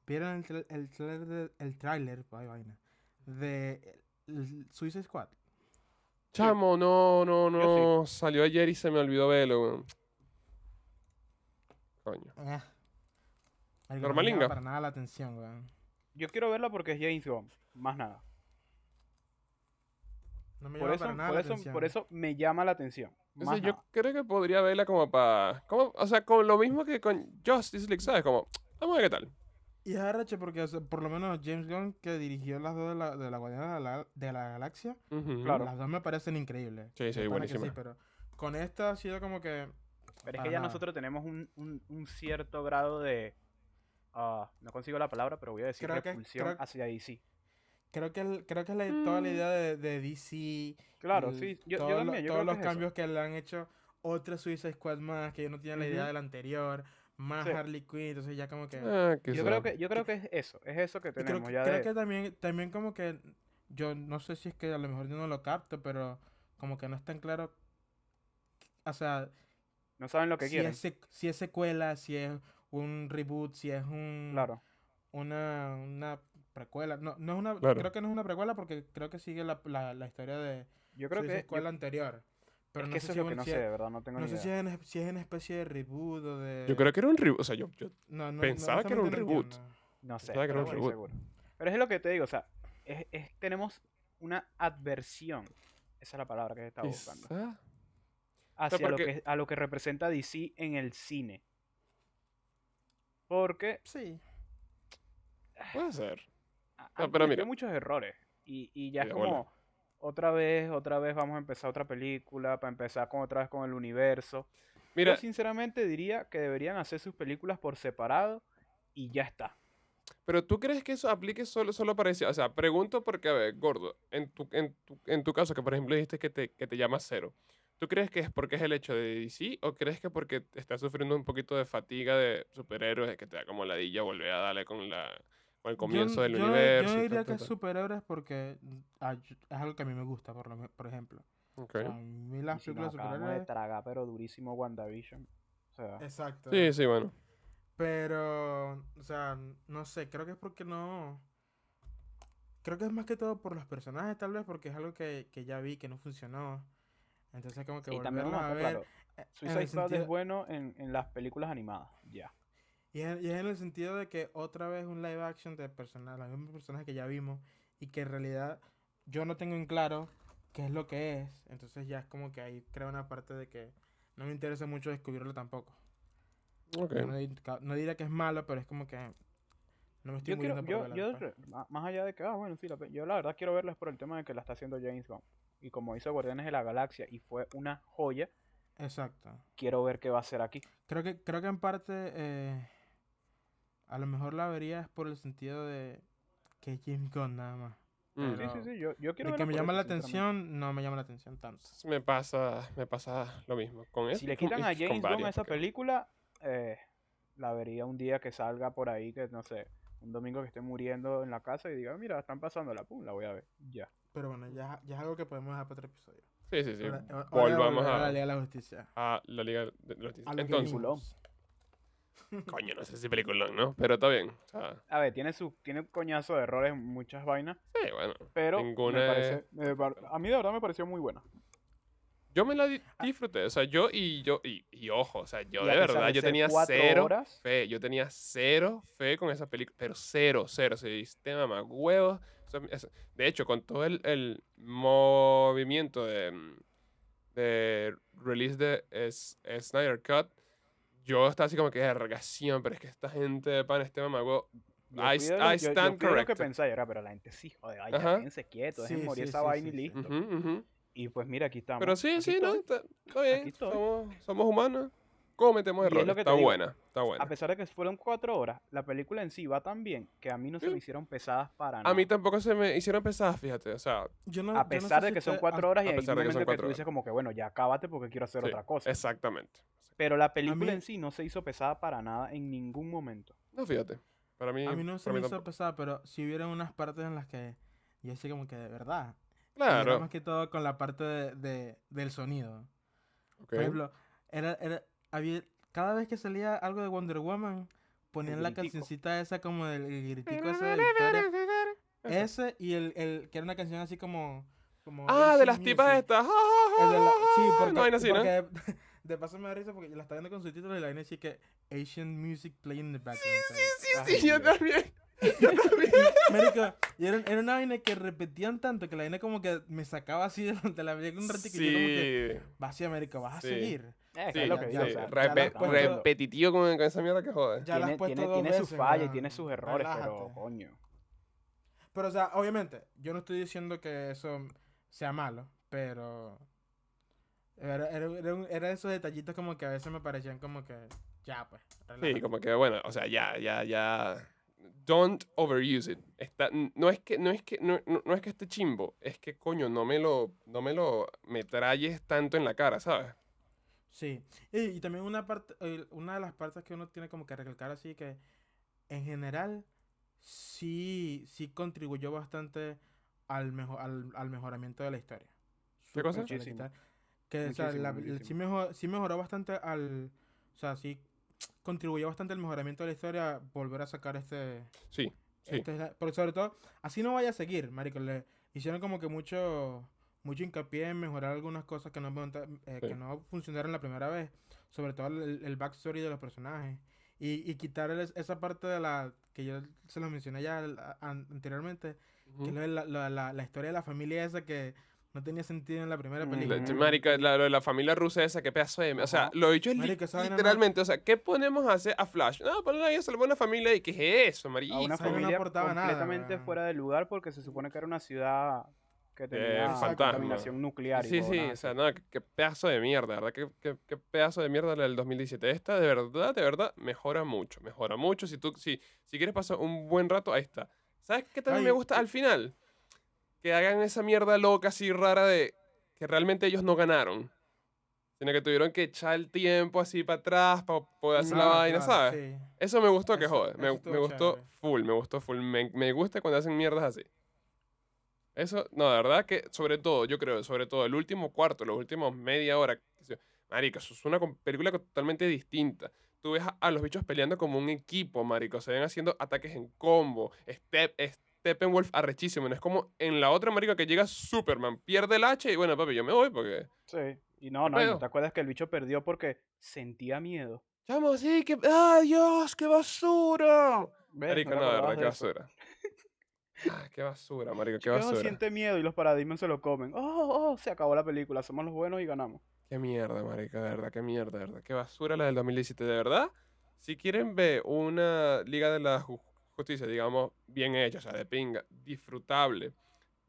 ¿Vieron el, tra- el trailer, de- el tráiler, ay, vaina, de el- el Suicide Squad? Chamo, no, no, Yo sí. no. Salió ayer y se me olvidó verlo, weón. Coño. Ah. Marico, no me llama Normalinga. Para nada la atención, weón. Yo quiero verla porque es James Gunn, más nada. No me Por llama eso, para nada por la eso, atención. por eso me llama la atención. Ese más yo nada. creo que podría verla como para. Como, o sea, con lo mismo que con Justice League, ¿sabes? Como, vamos a ver qué tal. Y es arrecho porque o sea, por lo menos James Gunn, que dirigió las dos de la, de la Guardiana de la, de la Galaxia, Ujú. Claro. las dos me parecen increíbles. Sí, sí, De pana que buenísima. pero con esta ha sido como que... Pero es para que ya nada. nosotros tenemos un, un- un cierto grado de. ah, no consigo la palabra, pero voy a decir Creo que- repulsión creo- hacia DC. Creo que, el- creo que es la- toda la Mm. idea de, de DC. Claro, el- sí. Yo, yo todo lo- también. Yo todos creo los que es eso. cambios que le han hecho otra Suicide Squad más, que yo no tenía la idea Ujú. de la anterior, más Sí. Harley Quinn, entonces ya como que... Ah, Yo quizá. creo que, yo creo que es eso. Es eso que Y creo tenemos que, ya creo de- que también, también como que yo no sé si es que a lo mejor yo no lo capto, pero como que no es tan claro, o sea, No saben lo que si quieren. es, sec- si es secuela, si es un reboot, si es un Claro. una, una precuela. No, no es una, Claro. creo que no es una precuela porque creo que sigue la, la, la historia de Yo creo que. Suicide Squad yo- anterior. Pero es no que sé eso es si lo un- que no si sé, es- de verdad, no tengo no ni sé si idea. es, en- si es una especie de reboot o de... Yo creo que era un reboot. O sea, yo, yo No, no- pensaba que era un honestamente no reboot. entiendo. No sé. pensaba que era pero un estoy reboot. seguro. Pero es lo que te digo, o sea, es, es- tenemos una adversión. Esa es la palabra que estaba buscando. quizá. hacia lo, porque- que, a lo que representa DC en el cine. Porque Sí. Puede ser. ha- No, han pero cometido mira. muchos errores. Y, y ya es De bola. como, otra vez, otra vez vamos a empezar otra película, para empezar con otra vez con el universo. Mira, Yo sinceramente diría que deberían hacer sus películas por separado y ya está. Pero tú crees que eso aplique solo, solo para ese- O sea, pregunto porque, a ver, gordo, en tu, en tu, en tu caso, que por ejemplo dijiste que te, que te llamas Cero, ¿tú crees que es porque es el hecho de DC o crees que porque te estás sufriendo un poquito de fatiga de superhéroes que te da como ladilla volver a darle con, la, con el Yo- comienzo del yo, universo? y Yo tal, diría que tal, es superhéroes porque ah, yo- es algo que a mí me gusta, por, lo, me- por ejemplo. tal? O sea, Ok. a mí Y las si nos películas de acabamos de superhéroes... tragar, pero durísimo WandaVision. O sea, Exacto. Sí, sí, bueno. Pero, o sea, no sé, creo que es porque no... Creo que es más que todo por los personajes, tal vez, porque es algo que, que ya vi, que no funcionó. Entonces, como que y también volverlo vamos a a ver... claro, eh, en el Suicide Squad sentido- es bueno en, en las películas animadas, ya. Y es, y es en el sentido de que otra vez un live action de personajes, los mismos personajes que ya vimos, y que en realidad yo no tengo en claro qué es lo que es. Entonces ya es como que ahí crea una parte de que no me interesa mucho descubrirlo tampoco. Ok. No, di- ca- no diría que es malo, pero es como que no me estoy Yo quiero, muriendo por yo, verla, yo pues. re- ma- más allá de que, ah, bueno, sí, la pe- yo la verdad quiero verlas por el tema de que la está haciendo James Gunn. Y como hizo Guardianes de la Galaxia y fue una joya, Exacto. quiero ver qué va a hacer aquí. Creo que, creo que en parte eh, a lo mejor la vería es por el sentido de que es James Gunn nada más. Mm. Sí, sí, Pero- sí, yo, yo quiero De que verlas me por llama eso, la sinceramente. atención, no me llama la atención tanto. Me pasa, me pasa lo mismo. Con eso Si le y ¿Eh? con- quitan y a con James Gunn varias, esa porque- película, eh, la vería un día que salga por ahí, que no sé, un domingo que esté muriendo en la casa y diga, "Ah, mira, están pasando la pum, la voy a ver. Ya. Pero bueno, ya, ya es algo que podemos dejar para otro episodio. Sí, sí, sí. Ahora- ahora Volvamos volver a, la Liga de la Justicia. a la Liga de los A lo que Entonces, vinimos. vimos. coño, no sé si peliculón, ¿no? Pero está bien. O sea, A ver, tiene su, tiene un coñazo de errores, muchas vainas, sí, bueno. pero me Ninguna parece- es- me par- a mí de verdad me pareció muy buena. Yo me la di- disfruté, o sea, yo y yo, y, y ojo, o sea, yo Ah. Y a de pesar verdad, de yo ser tenía cuatro cero horas- fe, yo tenía cero fe con esa película, pero cero, cero, se diste mamá huevos. de hecho, con todo el, el movimiento de, mm, de release de S- Snyder Cut, yo estaba así como que, ergación, pero es que esta gente de pan, este mamá huevo, Yo I, fui de s- lo- I yo- yo stand fui de lo que corrected. pensaba, y era, pero la gente sí, joder, ay, ya Ajá. quédense quietos, dejen Sí, morir sí, esa sí, vaina sí, y sí. listo. Ujú, ujú. Y pues mira, aquí estamos. Pero sí, aquí sí, ¿no? estoy. Está, está bien, estoy. somos, somos humanos, cometemos Y es lo errores, que te está digo, buena, está buena. A pesar de que fueron cuatro horas, la película en sí va tan bien que a mí no se Sí. me hicieron pesadas para nada. A mí tampoco se me hicieron pesadas, fíjate. O sea, Yo no- yo A no pesar sé de si que son usted- cuatro a- horas y a hay un pesar de que son momento que cuatro tú dices horas. como que bueno, ya acábate porque quiero hacer sí, otra cosa. Exactamente. Pero la película mí- en sí no se hizo pesada para nada en ningún momento. No, fíjate. Para mí, A mí no se para me mí hizo tampoco. pesada, pero si hubieron unas partes en las que yo así como que de verdad. y era Claro. Más que todo con la parte de, de- del sonido. ok. Por ejemplo, era, era, había, cada vez que salía algo de Wonder Woman, ponían la gritico. cancioncita esa como del el gritico ese de Victoria. Ese y el, el que era una canción así como... como Ah, de This las Is tipas Music. estas. El de la- sí, porque, No, vaina así, ¿no? porque de, de paso me da risa porque la está viendo con su título y la vaina dice que Asian Music Playing in the Background. ¿sabes? Sí, sí, yo también. Marico, y era, era una vaina que repetían tanto que la vaina como que me sacaba así de, de la película un ratito y yo como que, Sí. vas así, América, vas a Sí. seguir. Eh, Sí, es lo que sí, digo, o sea, ya repe- la estamos viendo. repetitivo con, con esa mierda que jode. Ya la tiene, has puesto tiene, dos tiene sus veces, fallas, weón. tiene sus errores, pero Relájate. coño. Pero, o sea, obviamente, yo no estoy diciendo que eso sea malo, pero... Era, era, era un- era esos detallitos como que a veces me parecían como que, ya, pues, Sí, relájate. como que bueno, o sea, ya, ya, ya. Don't overuse it. Está, n- no es que, no es que, no, no- no es que esté chimbo, es que coño, no me lo, no me lo metralles tanto en la cara, ¿sabes? Sí, y, y también una parte, el- una de las partes que uno tiene como que recalcar así que en general sí, sí contribuyó bastante al, mejo- al, al mejoramiento de la historia. ¿Qué cosa? Súper, o sea, la Muchísimo. quita- Que, o sea, Muchísimo, la- la- sí, muchísimo. mejor- sí mejoró bastante al, o sea, sí contribuyó bastante al mejoramiento de la historia volver a sacar este, Sí, sí. este es la- pero sobre todo, así no vaya a seguir, marico. Le hicieron como que mucho, mucho hincapié en mejorar algunas cosas que no, monta- eh, Sí. que no funcionaron la primera vez. Sobre todo el, el backstory de los personajes. Y, y quitar el- esa parte de la que yo se los mencioné ya al- a- an- anteriormente, que Ujú. es lo de la, la- la- la historia de la familia esa que No tenía sentido en la primera Mm. película. La- Ujú. Marica, la, lo de la familia rusa esa, qué pedazo de... O sea, Ajá. lo dicho es li- Marica, esa vaina no- literalmente, o sea, ¿qué ponemos a hacer a Flash? No, ponle ahí a salvar una familia y ¿qué es eso, marica? a una Esa no familia aportaba nada, completamente weón. fuera de lugar porque se supone que era una ciudad que tenía fantasma. contaminación nuclear. y Sí, sí, huevonadas o así. sea, no, qué, qué pedazo de mierda, ¿verdad? Qué, qué- qué pedazo de mierda la del 2017. Esta, de verdad, de verdad, mejora mucho, mejora mucho. Si tú, si, si quieres pasar un buen rato, ahí está. ¿Sabes qué también me Ay, gusta eh. al final? Que hagan esa mierda loca así rara de que realmente ellos no ganaron. Sino que tuvieron que echar el tiempo así para atrás para poder hacer la Claro, vaina, claro, ¿sabes? sí. Eso me gustó que Eso- jode. eso Me, estuvo me gustó chévere. full, me gustó full. Me, me gusta cuando hacen mierdas así. Eso, no, la verdad que, sobre todo, yo creo, sobre todo, el último cuarto, los últimos media hora. qué sé yo, Marica, eso es una com- película co- totalmente distinta. Tú ves a, a los bichos peleando como un equipo, marico. Se ven haciendo ataques en combo. Step, Steppenwolf arrechísimo. No es como en la otra, marico, que llega Superman, pierde el hacha y bueno, papi, yo me voy porque... Sí. Y no, no, y pedo? ¿te acuerdas que el bicho perdió porque sentía miedo? Chamo, sí, que... ¡Ay, Dios, qué basura! ¿Ves? Marico, te no, de acordabas verdad, de qué eso. basura. Ah, qué basura, marico, qué Chico, basura. siente miedo y los parademonios se lo comen. Oh, oh, se acabó la película, somos los buenos y ganamos. Qué mierda, marico, de verdad, qué mierda, de verdad. Qué basura la del 2017, de verdad. Si quieren ver una Liga de la Ju- Justicia, digamos, bien hecha, o sea, de pinga, disfrutable,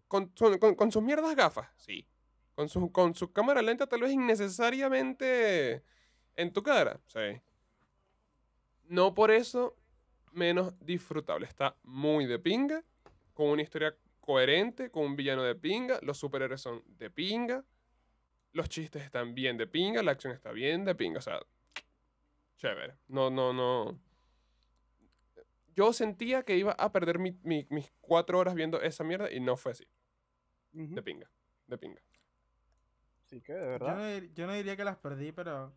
con, su- con- con sus mierdas gafas, sí. Con su, con su cámara lenta, tal vez innecesariamente en tu cara, sí. No por eso menos disfrutable. Está muy de pinga, con una historia coherente, con un villano de pinga, los superhéroes son de pinga, los chistes están bien de pinga, la acción está bien de pinga, o sea, chévere. No, no, no. Yo sentía que iba a perder mi- mi- mis cuatro horas viendo esa mierda y no fue así. Ujú. De pinga, de pinga. Así que, de Yo no, verdad. dir- yo no diría que las perdí, pero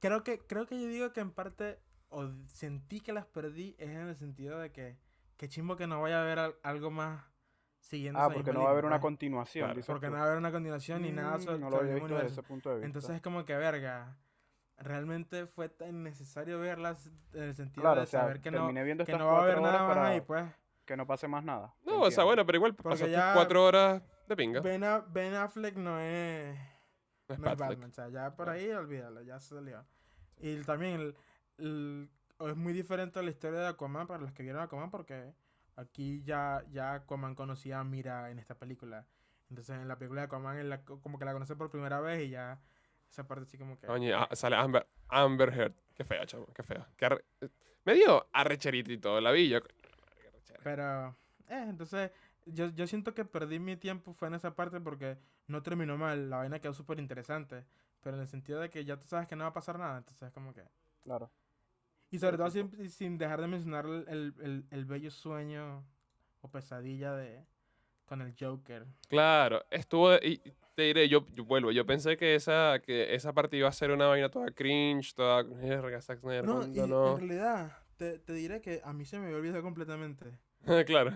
creo que creo que yo digo que en parte o d- sentí que las perdí es en el sentido de que que chimbo que no vaya a haber al- algo más siguiendo Ah, esa porque misma no va a haber línea, una pues. continuación. Claro, dices porque tú. no va a haber una continuación ni nada Mm, No sobre, sobre lo el había mismo visto desde universo. ese punto de vista. Entonces es como que verga. Realmente fue tan necesario verlas en el sentido claro, de o sea, saber que no, terminé viendo que estas no va a haber cuatro horas nada más para ahí, pues. que no pase más nada. te No, o sea, entiendo. bueno, pero igual Porque pasaste ya- cuatro horas de pinga. Ben, A- Ben Affleck no no es es no es Batfleck. Batman, o sea, ya por Claro. ahí olvídalo, ya salió. Y también el- el- o es muy diferente a la historia de Aquaman para los que vieron Aquaman porque aquí ya, ya Aquaman conocía a Mira en esta película. Entonces en la película de Aquaman él la co- como que la conoce por primera vez y ya esa parte así como que... Coño, ah, sale Amber, Amber Heard. Qué fea, chavo, qué fea. Qué arre- Me dio arrecherito y todo, la vi yo. coño, qué arrechera. Pero, eh, entonces, yo, yo siento que perdí mi tiempo fue en esa parte porque no terminó mal, la vaina quedó súper interesante, pero en el sentido de que ya tú sabes que no va a pasar nada, entonces es como que... Claro. Y sobre todo tipo. sin, sin dejar de mencionar el, el- el- el bello sueño o pesadilla de con el Joker. Claro, estuvo. de- Y y te diré, yo, yo vuelvo. Yo pensé que esa, que esa parte iba a ser una vaina toda cringe, toda. Verga, Zack Snyder, No, y cuando no. en realidad, te, te diré que a mí se me había olvidado completamente. claro.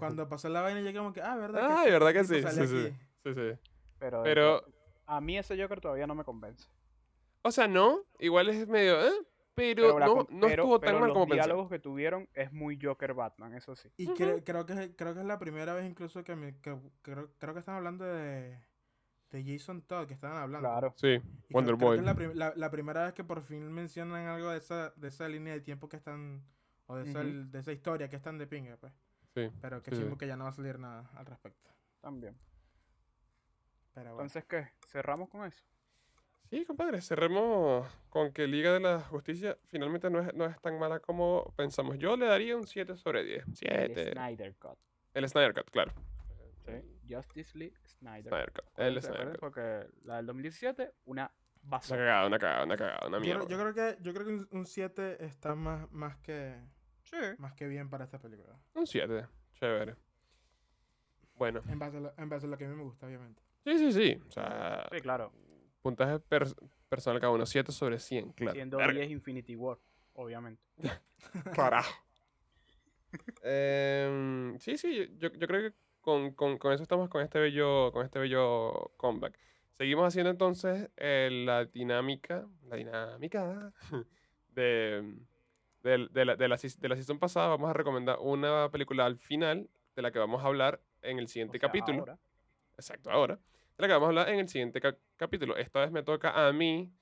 Cuando pasó la vaina yo como que, ah, ¿verdad? que Ay, ¿verdad que sí? este tipo Sí, sale sí. aquí? Sí, sí. Pero, de Pero. to- a mí ese Joker todavía no me convence. O sea, no. Igual es medio. ¿eh? Pero, la no, con- no pero- estuvo tan pero mal los como pensé. diálogos que tuvieron es muy Joker Batman, eso sí. Y cre- creo, que es, creo que es la primera vez incluso que, me, que- creo, creo que están hablando de, de Jason Todd, que estaban hablando. Claro. Sí, Y creo- Wonder creo que Boy. es la, prim- la- la primera vez que por fin mencionan algo de esa, de esa línea de tiempo que están, o de, esa, Ujú. de esa historia que están de pinga, pues. Sí. Pero que Sí, sí. chingo que ya no va a salir nada al respecto. También. Pero bueno. Entonces, ¿qué? ¿Cerramos con eso? Sí, compadre, cerremos con que Liga de la Justicia finalmente no es, no es tan mala como pensamos. Yo le daría un 7 sobre 10. 7. Snyder Cut. El Snyder Cut, claro. Justice League Snyder. Snyder Cut. El Acuérdense- Snyder acuérdense Cut. Porque la del 2017, una Una basura. cagada, una cagada, una cagada, una yo, creo- mierda. yo creo que, yo creo que un- un 7 está más, más, que, Sí. más que bien para esta película. Un 7. Chévere. Bueno. En base, a lo, en base a lo que a mí me gusta, obviamente. Sí, sí, sí. O sea, Sí, claro. puntaje per- personal cada uno. 7 sobre 100. Claro. Siendo Verga. 10 Infinity War, obviamente. Carajo. Em, sí, sí, yo, yo creo que con, con- con eso estamos con este bello, con este bello comeback. Seguimos haciendo entonces eh, la dinámica, la dinámica de, del- de la, de, la, seas- de la season pasada. Vamos a recomendar una película al final de la que vamos a hablar en el O siguiente sea, capítulo. ahora. exacto ahora, de la que vamos a hablar en el siguiente ca- capítulo. Esta vez me toca a mí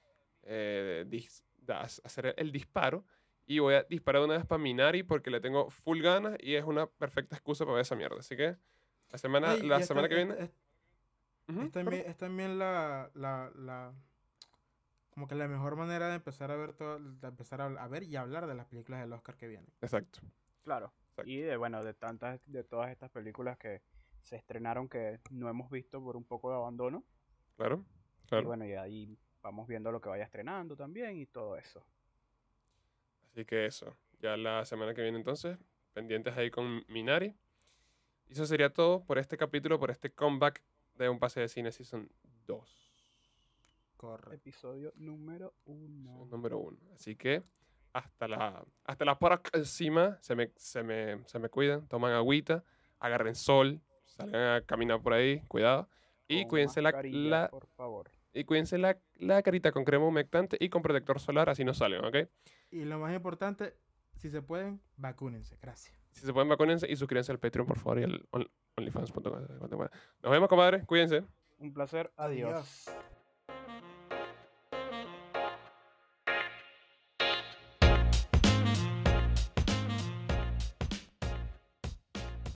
eh, dis- da- hacer el disparo y voy a disparar una vez para Minari porque le tengo full ganas y es una perfecta excusa para ver esa mierda. Así que la semana, Ey, y la está- semana que es- viene... es- Ujú, es perdón. también, es también la, la, la- Como que la mejor manera de empezar a ver todo, de empezar a, a ver y hablar de las películas del Oscar que vienen. Exacto. Claro. Exacto. Y de, bueno, de tantas, de todas estas películas que se estrenaron que no hemos visto por un poco de abandono. Claro, Y claro. bueno, y ahí vamos viendo lo que vaya estrenando también y todo eso. Así que eso. Ya la semana que viene entonces, pendientes ahí con Minari. Y eso sería todo por este capítulo, por este comeback de Un Pase de Cine Season 2. Correcto. Episodio número Eso uno. es número uno. Así que hasta la, hasta la próxima. Se me, se, me, se me cuidan. Toman agüita. Agarren sol. Salgan a caminar por ahí. Cuidado. Y Con cuídense la, mascarilla, la, Por favor. y cuídense la, la carita con crema humectante y con protector solar. Así no salen, ¿ok? Y lo más importante, si se pueden, vacúnense. Gracias. Si se pueden, vacúnense y suscríbanse al Patreon, por favor, y al on- onlyfans.com. Nos vemos, compadre. Cuídense. Un placer. Adiós. Adiós.